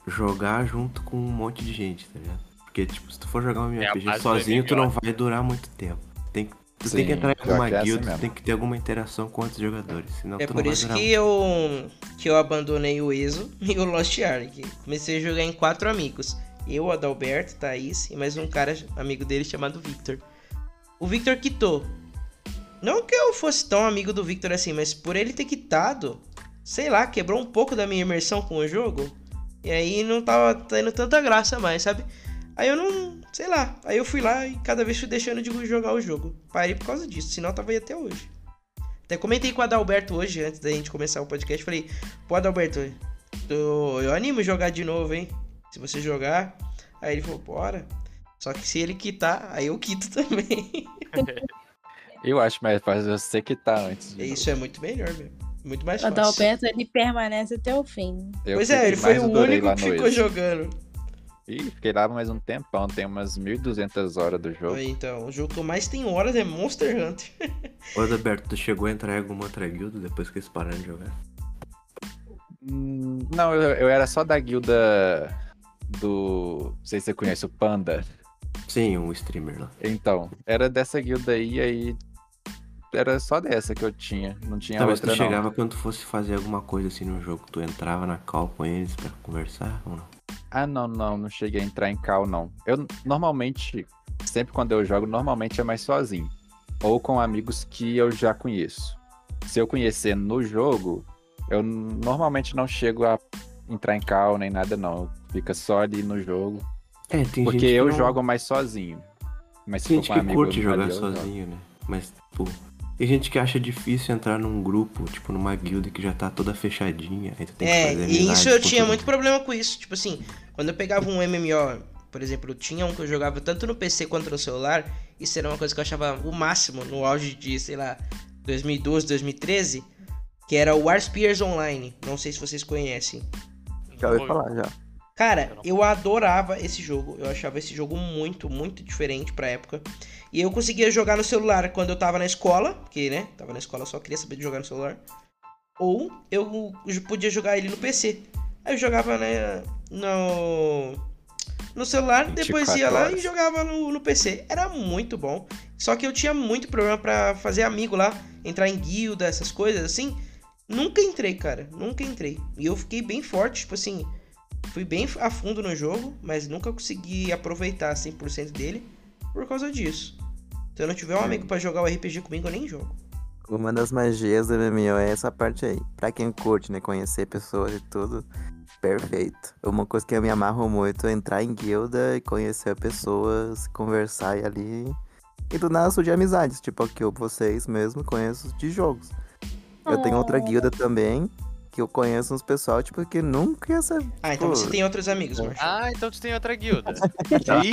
F: jogar junto com um monte de gente, tá ligado? Porque, tipo, se tu for jogar um
D: É a
F: MMORPG
D: base do
F: sozinho, tu não
D: MMORPG.
F: vai durar muito tempo. Tem, que- tu
B: Sim,
F: tem que entrar em
B: pior
F: alguma
B: que é assim
F: guilda, tu
B: mesmo.
F: tem que ter alguma interação com outros jogadores, senão
A: É
F: tu
A: por
F: não
A: isso
F: vai durar
A: que eu, que eu abandonei o ESO [laughs] e o Lost Ark. Comecei a jogar em quatro amigos. Eu, Adalberto, Thaís e mais um cara amigo dele chamado Victor. O Victor quitou. Não que eu fosse tão amigo do Victor assim, mas por ele ter quitado, sei lá, quebrou um pouco da minha imersão com o jogo. E aí não tava tendo tanta graça mais, sabe? Aí eu não. sei lá. Aí eu fui lá e cada vez fui deixando de jogar o jogo. Parei por causa disso, senão eu tava aí até hoje. Até comentei com o Adalberto hoje, antes da gente começar o podcast. Falei, pô, Adalberto, eu, eu animo jogar de novo, hein? Se você jogar. Aí ele falou, bora. Só que se ele quitar, aí eu quito [laughs] também.
B: Eu acho mais fácil você quitar antes. de
A: Isso é muito melhor, meu. Muito mais
C: O
A: fácil.
C: Adalberto, ele permanece até o fim.
B: novo. Eu
A: Pois
B: fui
A: é,
B: que
A: ele foi
B: mais
A: o
B: adorei
A: único
B: lá
A: que
B: no
A: ficou
B: Exo.
A: jogando.
B: Ih, fiquei lá mais um tempão, tem umas 1.200 horas do jogo.
A: Então, o jogo que eu mais tenho horas é Monster Hunter.
F: Ô, Adalberto, tu chegou a entrar em alguma outra guilda depois que eles pararam de jogar?
B: Hum, Não, eu, eu era só da guilda do. Não sei se você conhece o Panda.
F: Sim, um streamer lá.
B: Então, era dessa guilda aí, aí. Era só dessa que eu tinha. Não tinha
F: Talvez
B: outra,
F: tu
B: não.
F: chegava quando tu fosse fazer alguma coisa assim no jogo, tu entrava na call com eles pra conversar ou não?
B: Ah, não, não, não cheguei a entrar em cal, não. Eu normalmente, sempre quando eu jogo, normalmente é mais sozinho. Ou com amigos que eu já conheço. Se eu conhecer no jogo, eu n- normalmente não chego a entrar em cal nem nada, não. Fica só ali no jogo.
F: É, tem
B: Porque
F: gente que
B: eu
F: não-
B: jogo mais sozinho. Mas se
F: Tem
B: for
F: gente
B: com
F: que
B: amigo,
F: curte jogar
B: valeu, eu jogo.
F: sozinho, né? Mas, tipo, tem gente que acha difícil entrar num grupo, tipo, numa guilda que já tá toda fechadinha. Aí tu tem que
A: É,
F: fazer
A: e
F: amizade
A: isso eu
F: com
A: tinha
F: todo
A: muito
F: mundo.
A: problema com isso. Tipo assim, quando eu pegava um MMO, por exemplo, eu tinha um que eu jogava tanto no PC quanto no celular, isso era uma coisa que eu achava o máximo no auge de, sei lá, 2012, 2013, que era o War Spears Online. Não sei se vocês conhecem.
E: Já ouvi falar, já.
D: Eu
A: Cara,
D: não-
A: eu adorava esse jogo. Eu achava esse jogo muito, muito diferente pra época. E eu conseguia jogar no celular quando eu tava na escola, porque, né, tava na escola eu só queria saber de jogar no celular. Ou eu j- podia jogar ele no PC. Aí eu jogava, né, no no celular, depois
B: 24
A: ia lá e
B: horas.
A: jogava no, no PC. Era muito bom. Só que eu tinha muito problema pra fazer amigo lá, entrar em guilda, essas coisas assim. Nunca entrei, cara. Nunca entrei. E eu fiquei bem forte, tipo assim, fui bem a fundo no jogo, mas nunca consegui aproveitar 100% dele por causa disso. Se eu não tiver um amigo pra jogar o RPG comigo, eu nem jogo.
E: Uma das magias do MMO é essa parte aí. Pra quem curte, né? Conhecer pessoas e tudo, perfeito. Uma coisa que eu me amarro muito é entrar em guilda e conhecer pessoas, conversar e ali. E do nada surgir amizades, tipo aqui eu, vocês mesmo, conheço de jogos. Eu tenho outra
D: Ah.
C: Oh.
E: guilda também, que eu conheço uns pessoal, tipo, que nunca ia saber.
A: Ah, então
E: Pô.
A: você tem outros amigos, Marcelo.
D: Ah, então tu tem outra guilda.
F: Ih, Jedi,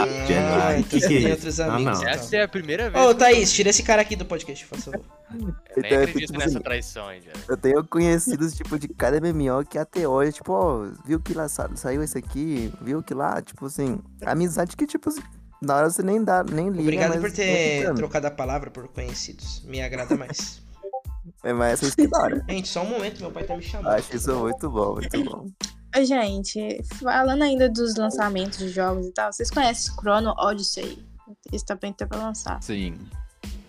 A: então
F: que
A: você
F: que é
A: tem
F: isso?
A: outros
F: Ah,
A: amigos.
F: não.
A: então.
D: Essa é a primeira vez.
A: Ô,
D: que eu-
A: Thaís, tira esse cara aqui do podcast, por favor.
D: Eu nem
E: Então, é
D: acredito
E: tipo
D: nessa
E: assim,
D: traição aí, Jeremy.
E: Eu tenho conhecidos, tipo, de cada MMO que até hoje, tipo, ó, viu que lá sa- saiu esse aqui, viu que lá, tipo assim, amizade que, tipo, assim, na hora você nem dá, nem liga.
A: Obrigado
E: mas
A: por
E: vai
A: ter
E: ficando.
A: trocado a palavra por conhecidos. Me agrada mais.
E: É, mas isso que da hora.
A: Gente, só um momento, meu pai tá me chamando.
E: Acho isso muito bom, muito bom.
C: Ô, Gente, falando ainda dos lançamentos de jogos e tal, vocês conhecem Chrono Odyssey? Isso também tá pra lançar.
B: Sim.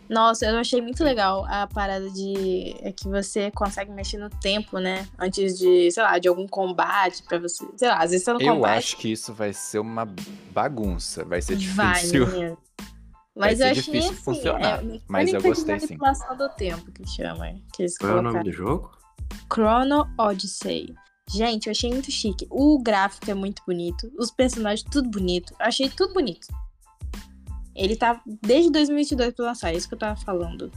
C: Nossa, eu achei muito legal a parada de. É que você consegue mexer no tempo, né? Antes de, sei lá, de algum combate pra você. Sei lá, às vezes você não
B: Eu
C: combate.
B: acho que isso vai ser uma bagunça. Vai ser
C: vai,
D: [laughs]
B: difícil. [laughs]
C: menino.
B: Vai
C: Mas
B: ser
C: eu achei
B: difícil
C: assim,
B: funcionar,
C: é mecânica
B: mas eu gostei,
C: de
B: sim.
C: manipulação do tempo que chama, que eles
F: Qual é o
C: colocaram.
F: nome do jogo?
C: Chrono Odyssey. Gente, eu achei muito chique. O gráfico é muito bonito, os personagens tudo bonito. Eu achei tudo bonito. Ele tá desde 2022 pra lançar, é isso que eu tava falando.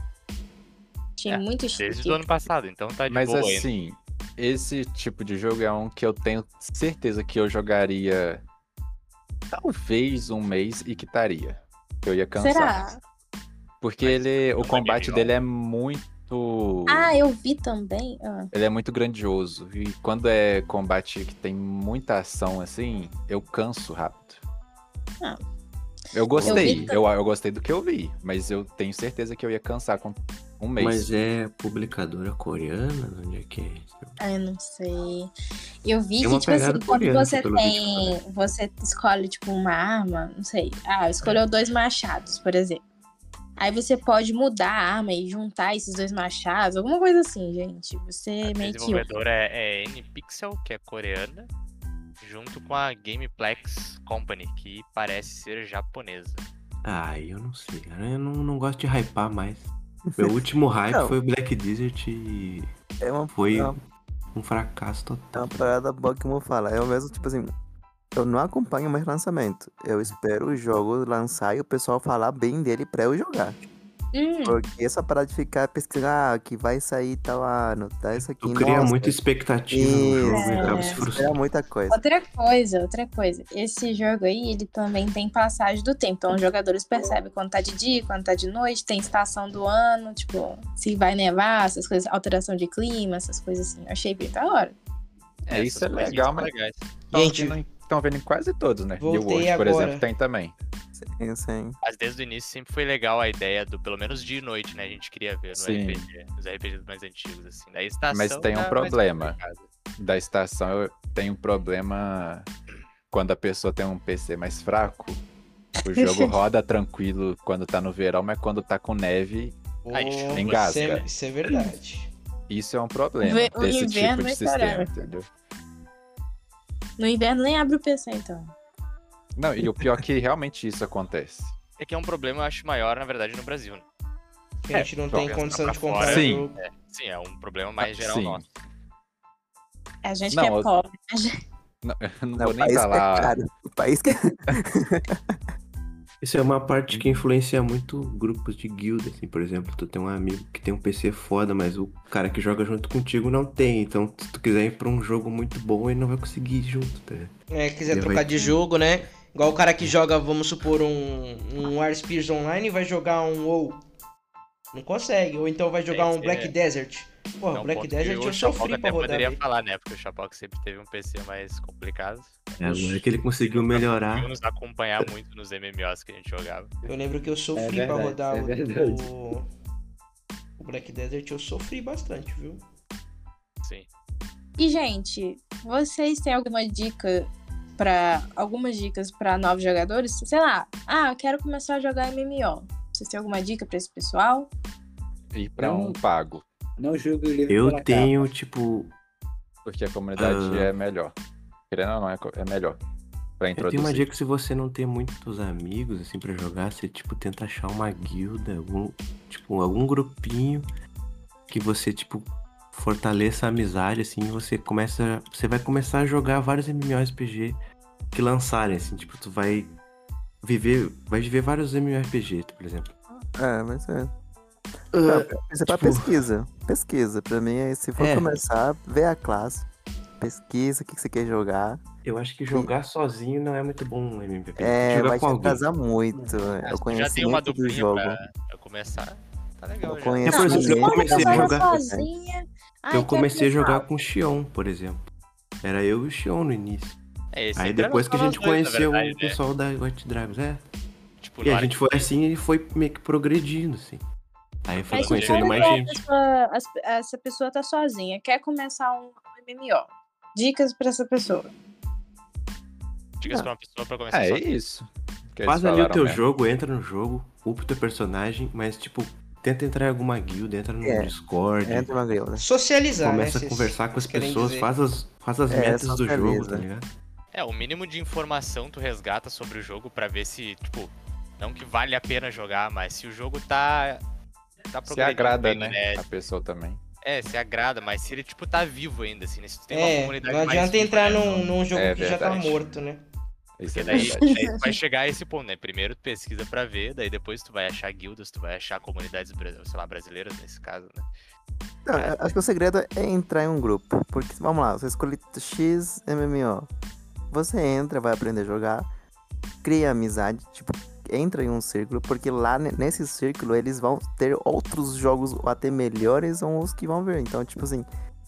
C: Achei
D: É,
C: muito chique.
D: Desde o ano passado, então tá de
B: Mas
D: boa ainda.
B: assim, esse tipo de jogo é um que eu tenho certeza que eu jogaria talvez um mês e quitaria. Eu ia cansar.
C: Será?
B: Porque
D: Mas
B: ele, o
D: não é
B: combate
D: legal.
B: dele é muito.
C: Ah, eu vi também. Ah,
B: Ele é muito grandioso. E quando é combate que tem muita ação assim, eu canso rápido.
C: Ah.
B: Eu
C: Eu vi tá-
B: gostei. Eu, eu gostei do que eu vi. Mas eu tenho certeza que eu ia cansar com um mês.
F: Mas é publicadora coreana? Onde é que é?
C: ah, eu não sei. Eu vi
F: Tem
C: que,
F: uma
C: tipo assim,
F: pegada
C: quando
F: coreana,
C: você
F: pelo
C: tem.
F: visto,
C: Você escolhe, tipo, uma arma, não sei. Ah, escolheu dois machados, por exemplo. Aí você pode mudar a arma e juntar esses dois machados, alguma coisa assim, gente. Você
D: A
C: meio que.
D: desenvolvedora é, é Npixel, que é coreana, junto com a Gameplex Company, que parece ser japonesa.
F: Ah, eu não sei, cara. Eu não, não gosto de hypar mais.
A: [laughs]
F: Meu último hype
E: Não.
F: foi o Black Desert e
E: É uma,
F: foi
E: é uma,
F: um fracasso
E: é
F: total.
E: uma parada boa que eu vou falar. É o mesmo, tipo assim, eu não acompanho mais lançamento. Eu espero o jogo lançar e o pessoal falar bem dele pra eu jogar.
C: Hum,
E: Porque essa parada de ficar pesquisando, ah, que vai sair tal ano, tá isso aqui.
F: Tu cria
E: nossa,
F: muita expectativa no
E: Isso,
F: jogo e acaba se
C: é.
E: Espera
F: frustrando.
E: muita coisa.
C: Outra coisa, outra coisa. Esse jogo aí, ele também tem passagem do tempo. Então, os jogadores percebem quando tá de dia, quando tá de noite, tem estação do ano, tipo, se vai nevar, essas coisas, alteração de clima, essas coisas assim. Eu achei bem da hora.
B: É, isso é
D: Essas coisas
B: legal,
D: são
B: mas-
D: legais.
A: Gente,
B: Estão vendo em quase todos, né?
A: Voltei
B: The World, por
A: agora.
B: exemplo, tem também.
E: Sim, sim.
D: Mas desde o início sempre foi legal a ideia do, pelo menos de noite, né? A gente queria ver no
B: Sim.
D: RPG, nos RPGs mais antigos, assim. Daí estação
B: Mas tem um
D: tá mais
B: problema.
D: complicado.
B: Da estação eu tenho um problema quando a pessoa tem um PC mais fraco. O
C: [laughs]
B: jogo roda tranquilo quando tá no verão, mas quando tá com neve,
D: Ai,
A: Pô,
D: chuva.
A: isso, é,
B: Engasga.
A: isso é verdade.
B: isso é um problema
C: Ve- o
B: desse
C: inverno
B: tipo de
C: é
B: sistema,
C: caramba.
B: entendeu?
C: No inverno nem abre o PC, então.
B: Não, e o pior é que realmente isso acontece.
D: É que é um problema, eu acho, maior, na verdade, no Brasil. né?
A: Que a gente não tem
D: joga
A: condição
D: pra
A: de comprar
B: fora.
A: o
B: Sim.
A: jogo.
D: Sim, é um problema mais
B: Ah,
D: geral
B: sim.
D: nosso.
C: A gente
B: Não,
C: que é
B: eu-
C: pobre.
B: Não, eu não
E: Não,
B: vou
E: o
B: nem
E: país que é
B: falar.
E: caro. O país que é [laughs]
F: Isso é uma parte que influencia muito grupos de guilda, assim, por exemplo, tu tem um amigo que tem um PC foda, mas o cara que joga junto contigo não tem, então se tu quiser ir pra um jogo muito bom, ele não vai conseguir ir junto, tá? ligado?
A: É, quiser
F: Ele vai-
A: trocar de jogo, né? Igual o cara que joga, vamos supor, um, um War Spears Online e vai jogar um WoW. Não consegue. Ou então vai jogar
D: É,
A: um
D: é.
A: Black Desert. Porra,
D: É um
A: Black
D: ponto que
A: Desert eu
D: o Chapoca
A: sofri pra
D: até
A: rodar.
D: poderia
A: velho.
D: falar, né? Porque o Chapoca sempre teve um PC mais complicado.
F: É, agora que ele conseguiu melhorar,
D: Conseguiu nos acompanhar muito nos MMOs que a gente jogava.
A: Eu lembro que eu sofri pra
G: verdade,
A: rodar
G: é
A: o-
G: verdade.
A: o... o Black Desert, eu sofri bastante, viu?
D: Sim.
C: E, gente, vocês têm alguma dica para algumas dicas para novos jogadores? Sei lá, ah, eu quero começar a jogar MMO. Vocês têm alguma dica para esse pessoal?
B: Ir pra
G: Não.
B: um pago,
G: Não julgue o livro
F: eu
G: pela
F: tenho, tipo,
B: porque a comunidade
F: Ah.
B: é melhor. Querendo ou não, é co- é melhor. Pra
F: Eu tenho
B: introduzir.
F: uma dica que se você não tem muitos amigos, assim, pra jogar, você, tipo, tenta achar uma guilda, algum, tipo, algum grupinho que você, tipo, fortaleça a amizade, assim, e você começa, você vai começar a jogar vários MMORPG que lançarem, assim, tipo, tu vai viver, vai viver vários MMORPG, por exemplo.
E: É, mas é.
F: Ah,
E: Você tá pra
F: tipo-
E: pesquisa. Pesquisa. Pra mim, é, se for
F: É.
E: começar, vê a classe. Pesquisa o que que você quer jogar.
F: Eu acho que jogar sozinho não é muito bom um MMORPG, tem que
E: É,
F: jogar
E: vai te
F: com alguém.
E: atrasar muito. É o
D: Já tem uma
E: conhecimento do
D: duplinha
E: jogo.
D: pra, pra começar. Tá legal.
E: Eu
D: já.
E: conheço- É,
F: por exemplo, eu
C: mas
F: comecei a
C: joga
F: jogar-
C: sozinha. Ai,
F: Eu
C: quero
F: comecei a
C: começar.
F: jogar com o Xion, por exemplo. Era eu e o Xion no início.
D: É, esse
F: Aí
D: entra
F: depois que a
D: nós
F: gente
D: dois, na
F: conheceu
D: verdade,
F: o
D: né?
F: pessoal da White Dragons, é.
D: Tipo,
F: E
D: na
F: a
D: hora
F: gente
D: que-
F: foi assim e foi meio que progredindo, assim. Aí foi
B: É
C: Mas
F: conhecendo
C: quando
F: mais
C: a
F: gente.
C: pessoa- as- essa pessoa tá sozinha, quer começar um MMO. Dicas para essa pessoa.
D: Dicas pra uma pessoa pra começar
B: É,
D: só.
B: é isso. que eles
F: Faz ali o
B: falaram
F: teu
B: mesmo.
F: jogo, entra no jogo, upa o teu personagem, mas tipo, tenta entrar em alguma guilda, entra no
E: É.
F: Discord,
E: Entra uma guilda.
A: Socializar, né?
F: começa a
A: Vocês
F: conversar com as
A: querem
F: pessoas,
A: dizer.
F: faz as, faz as
E: É,
F: metas do
E: socializa.
F: jogo, tá ligado?
D: É, o mínimo de informação tu resgata sobre o jogo pra ver se, tipo, não que vale a pena jogar, mas se o jogo tá. tá
B: Se
D: progredindo
B: agrada,
D: bem,
B: né? A pessoa também.
D: É, se agrada, mas se ele, tipo, tá vivo ainda, assim, né? se tu tem uma
A: É,
D: comunidade
A: não
D: mais
A: adianta
D: viva,
A: entrar
D: né?
A: num, num jogo
B: É
A: que já tá
B: verdade.
A: morto, né?
B: Isso
D: Porque
B: é
D: daí,
B: verdade.
D: daí tu vai chegar a esse ponto, né? Primeiro tu pesquisa pra ver, daí depois tu vai achar guildas, tu vai achar comunidades, bra- sei lá, brasileiras nesse caso, né?
E: Não, eu acho que o segredo é entrar em um grupo. Porque, vamos lá, você escolhe X MMO. Você entra, vai aprender a jogar, cria amizade, tipo, entra em um círculo, porque lá ne- nesse círculo eles vão ter outros jogos ou até melhores ou os que vão ver. Então, tipo assim,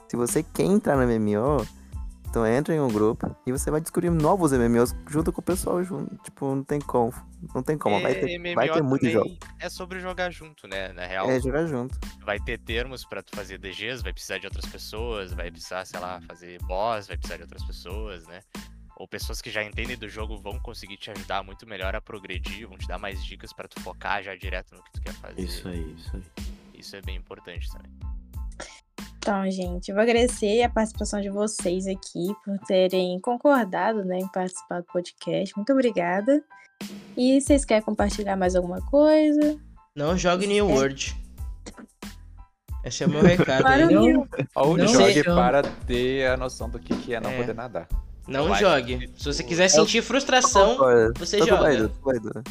E: se você quer entrar no MMO, então entra em um grupo e você vai descobrir novos MMOs junto com o pessoal junto. Tipo, não tem como. Não tem
D: É,
E: como. Vai ter,
D: E
E: vai ter
D: MMO
E: muito
D: também
E: jogo.
D: É sobre jogar junto, né? Na real,
E: É jogar junto.
D: vai ter termos pra tu fazer DGs, vai precisar de outras pessoas, vai precisar, sei lá, fazer boss, vai precisar de outras pessoas, né? Ou pessoas que já entendem do jogo vão conseguir te ajudar muito melhor a progredir, vão te dar mais dicas pra tu focar já direto no que tu quer fazer.
F: Isso aí, isso aí.
D: Isso é bem importante também.
C: Então, gente, eu vou agradecer a participação de vocês aqui por terem concordado né, em participar do podcast. Muito obrigada. E vocês querem compartilhar mais alguma coisa?
A: Não jogue New
C: É.
A: World. Esse é o meu recado
C: Claro,
A: aí.
G: Não,
C: Will.
B: Ou
G: Não
B: jogue
G: sei, não.
B: para ter a noção do que, que é não
A: É.
B: poder nadar.
A: Não
D: Vai. É
A: jogue. Se você quiser
E: Eu-
A: sentir frustração,
E: Concordo.
A: você
E: Todo
A: joga.
E: mundo, todo mundo.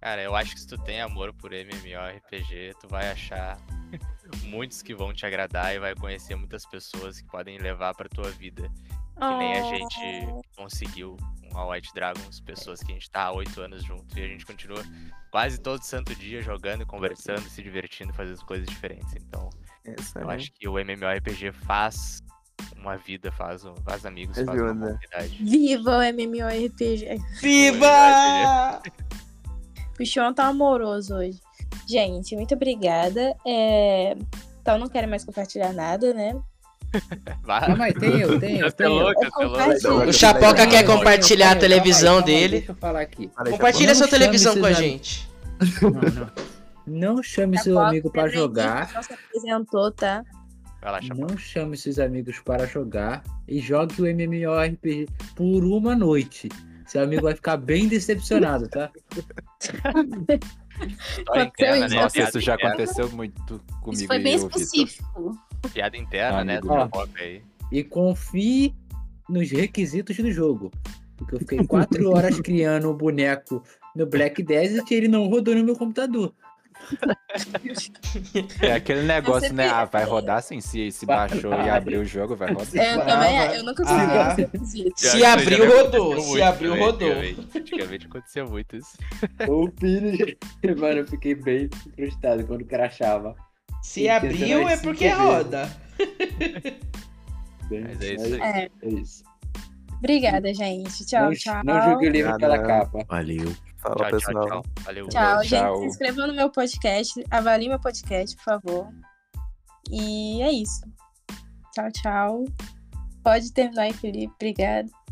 D: Cara, eu acho que se tu tem amor por MMORPG, tu vai achar [laughs] muitos que vão te agradar e vai conhecer muitas pessoas que podem levar pra tua vida. Que
C: Ah.
D: nem a gente conseguiu com a White Dragons, pessoas que a gente tá há oito anos junto e a gente continua quase todo santo dia jogando, e conversando, se divertindo, fazendo coisas diferentes. Então,
E: É Isso
D: eu
E: aí.
D: acho que o MMORPG faz uma vida, faz, um- faz amigos, faz uma
E: Ajuda.
D: comunidade.
C: Viva o MMORPG!
A: Viva!
C: O Sean tá amoroso hoje. Gente, muito obrigada. É, Então, não quero mais compartilhar nada, né?
D: É, Vai,
G: Ah, mas tem eu, tem
D: você
G: eu,
D: é
G: tem eu.
D: louco, você é louco.
C: compartilho.
E: O
A: Chapoca quer
G: Calma aí,
A: compartilhar
G: calma
A: a
G: aí,
A: televisão
G: calma aí,
A: dele.
G: Deixa eu falar aqui.
E: Fala aí,
A: Compartilha
G: Não
A: sua
G: chame
A: televisão
G: seus
A: com a
G: amigos.
A: gente. É
G: Não, não. Não chame seu
C: Chapoca,
G: amigo para
C: Pedro Henrique,
G: jogar.
C: Não se apresentou, tá?
D: Vai lá,
A: Uhum.
D: chapa.
G: Não chame seus amigos para jogar e jogue o MMORPG por uma noite. Seu amigo vai ficar bem decepcionado, tá?
D: História
C: aconteceu
D: interna,
C: isso.
D: né?
B: Nossa,
D: Piada
B: isso já
D: interna,
B: aconteceu muito comigo
I: Isso foi
B: e
I: bem
B: o Vitor.
I: específico.
D: Piada
A: Ah,
D: interna, né?
B: Amigo.
D: Do Chapoca aí.
G: E confie nos requisitos do jogo. Porque eu fiquei quatro horas criando o boneco no Black Desert e ele não rodou no meu computador.
B: É aquele negócio,
I: Você
B: né?
I: fez-
B: Ah, vai rodar sem si. Se
G: Vai-
B: baixou e abriu o jogo, vai rodar.
I: É, eu
A: Ah,
I: também,
A: vai.
I: eu nunca
A: Ah.
I: consegui esse
A: Se
D: Já- isso aí já
A: abriu,
D: me
A: rodou.
D: aconteceu
A: Se
D: muito,
A: abriu,
D: né?
A: rodou.
D: Antigamente, antigamente acontecia muito isso.
G: O Pini. Mano, eu fiquei bem frustrado quando crachava.
A: Se abriu é porque roda.
D: Mas é isso aí.
I: É,
G: É isso.
C: Obrigada, gente. Tchau, tchau.
G: o
E: livro pela Nada.
G: capa.
F: Valeu.
E: Fala,
D: Tchau,
E: pessoal.
D: tchau, tchau. Valeu.
C: Tchau,
B: Tchau.
C: gente. Se inscrevam no meu podcast. Avalie meu podcast, por favor. E é isso. Tchau, tchau. Pode terminar aí, Felipe. Obrigada.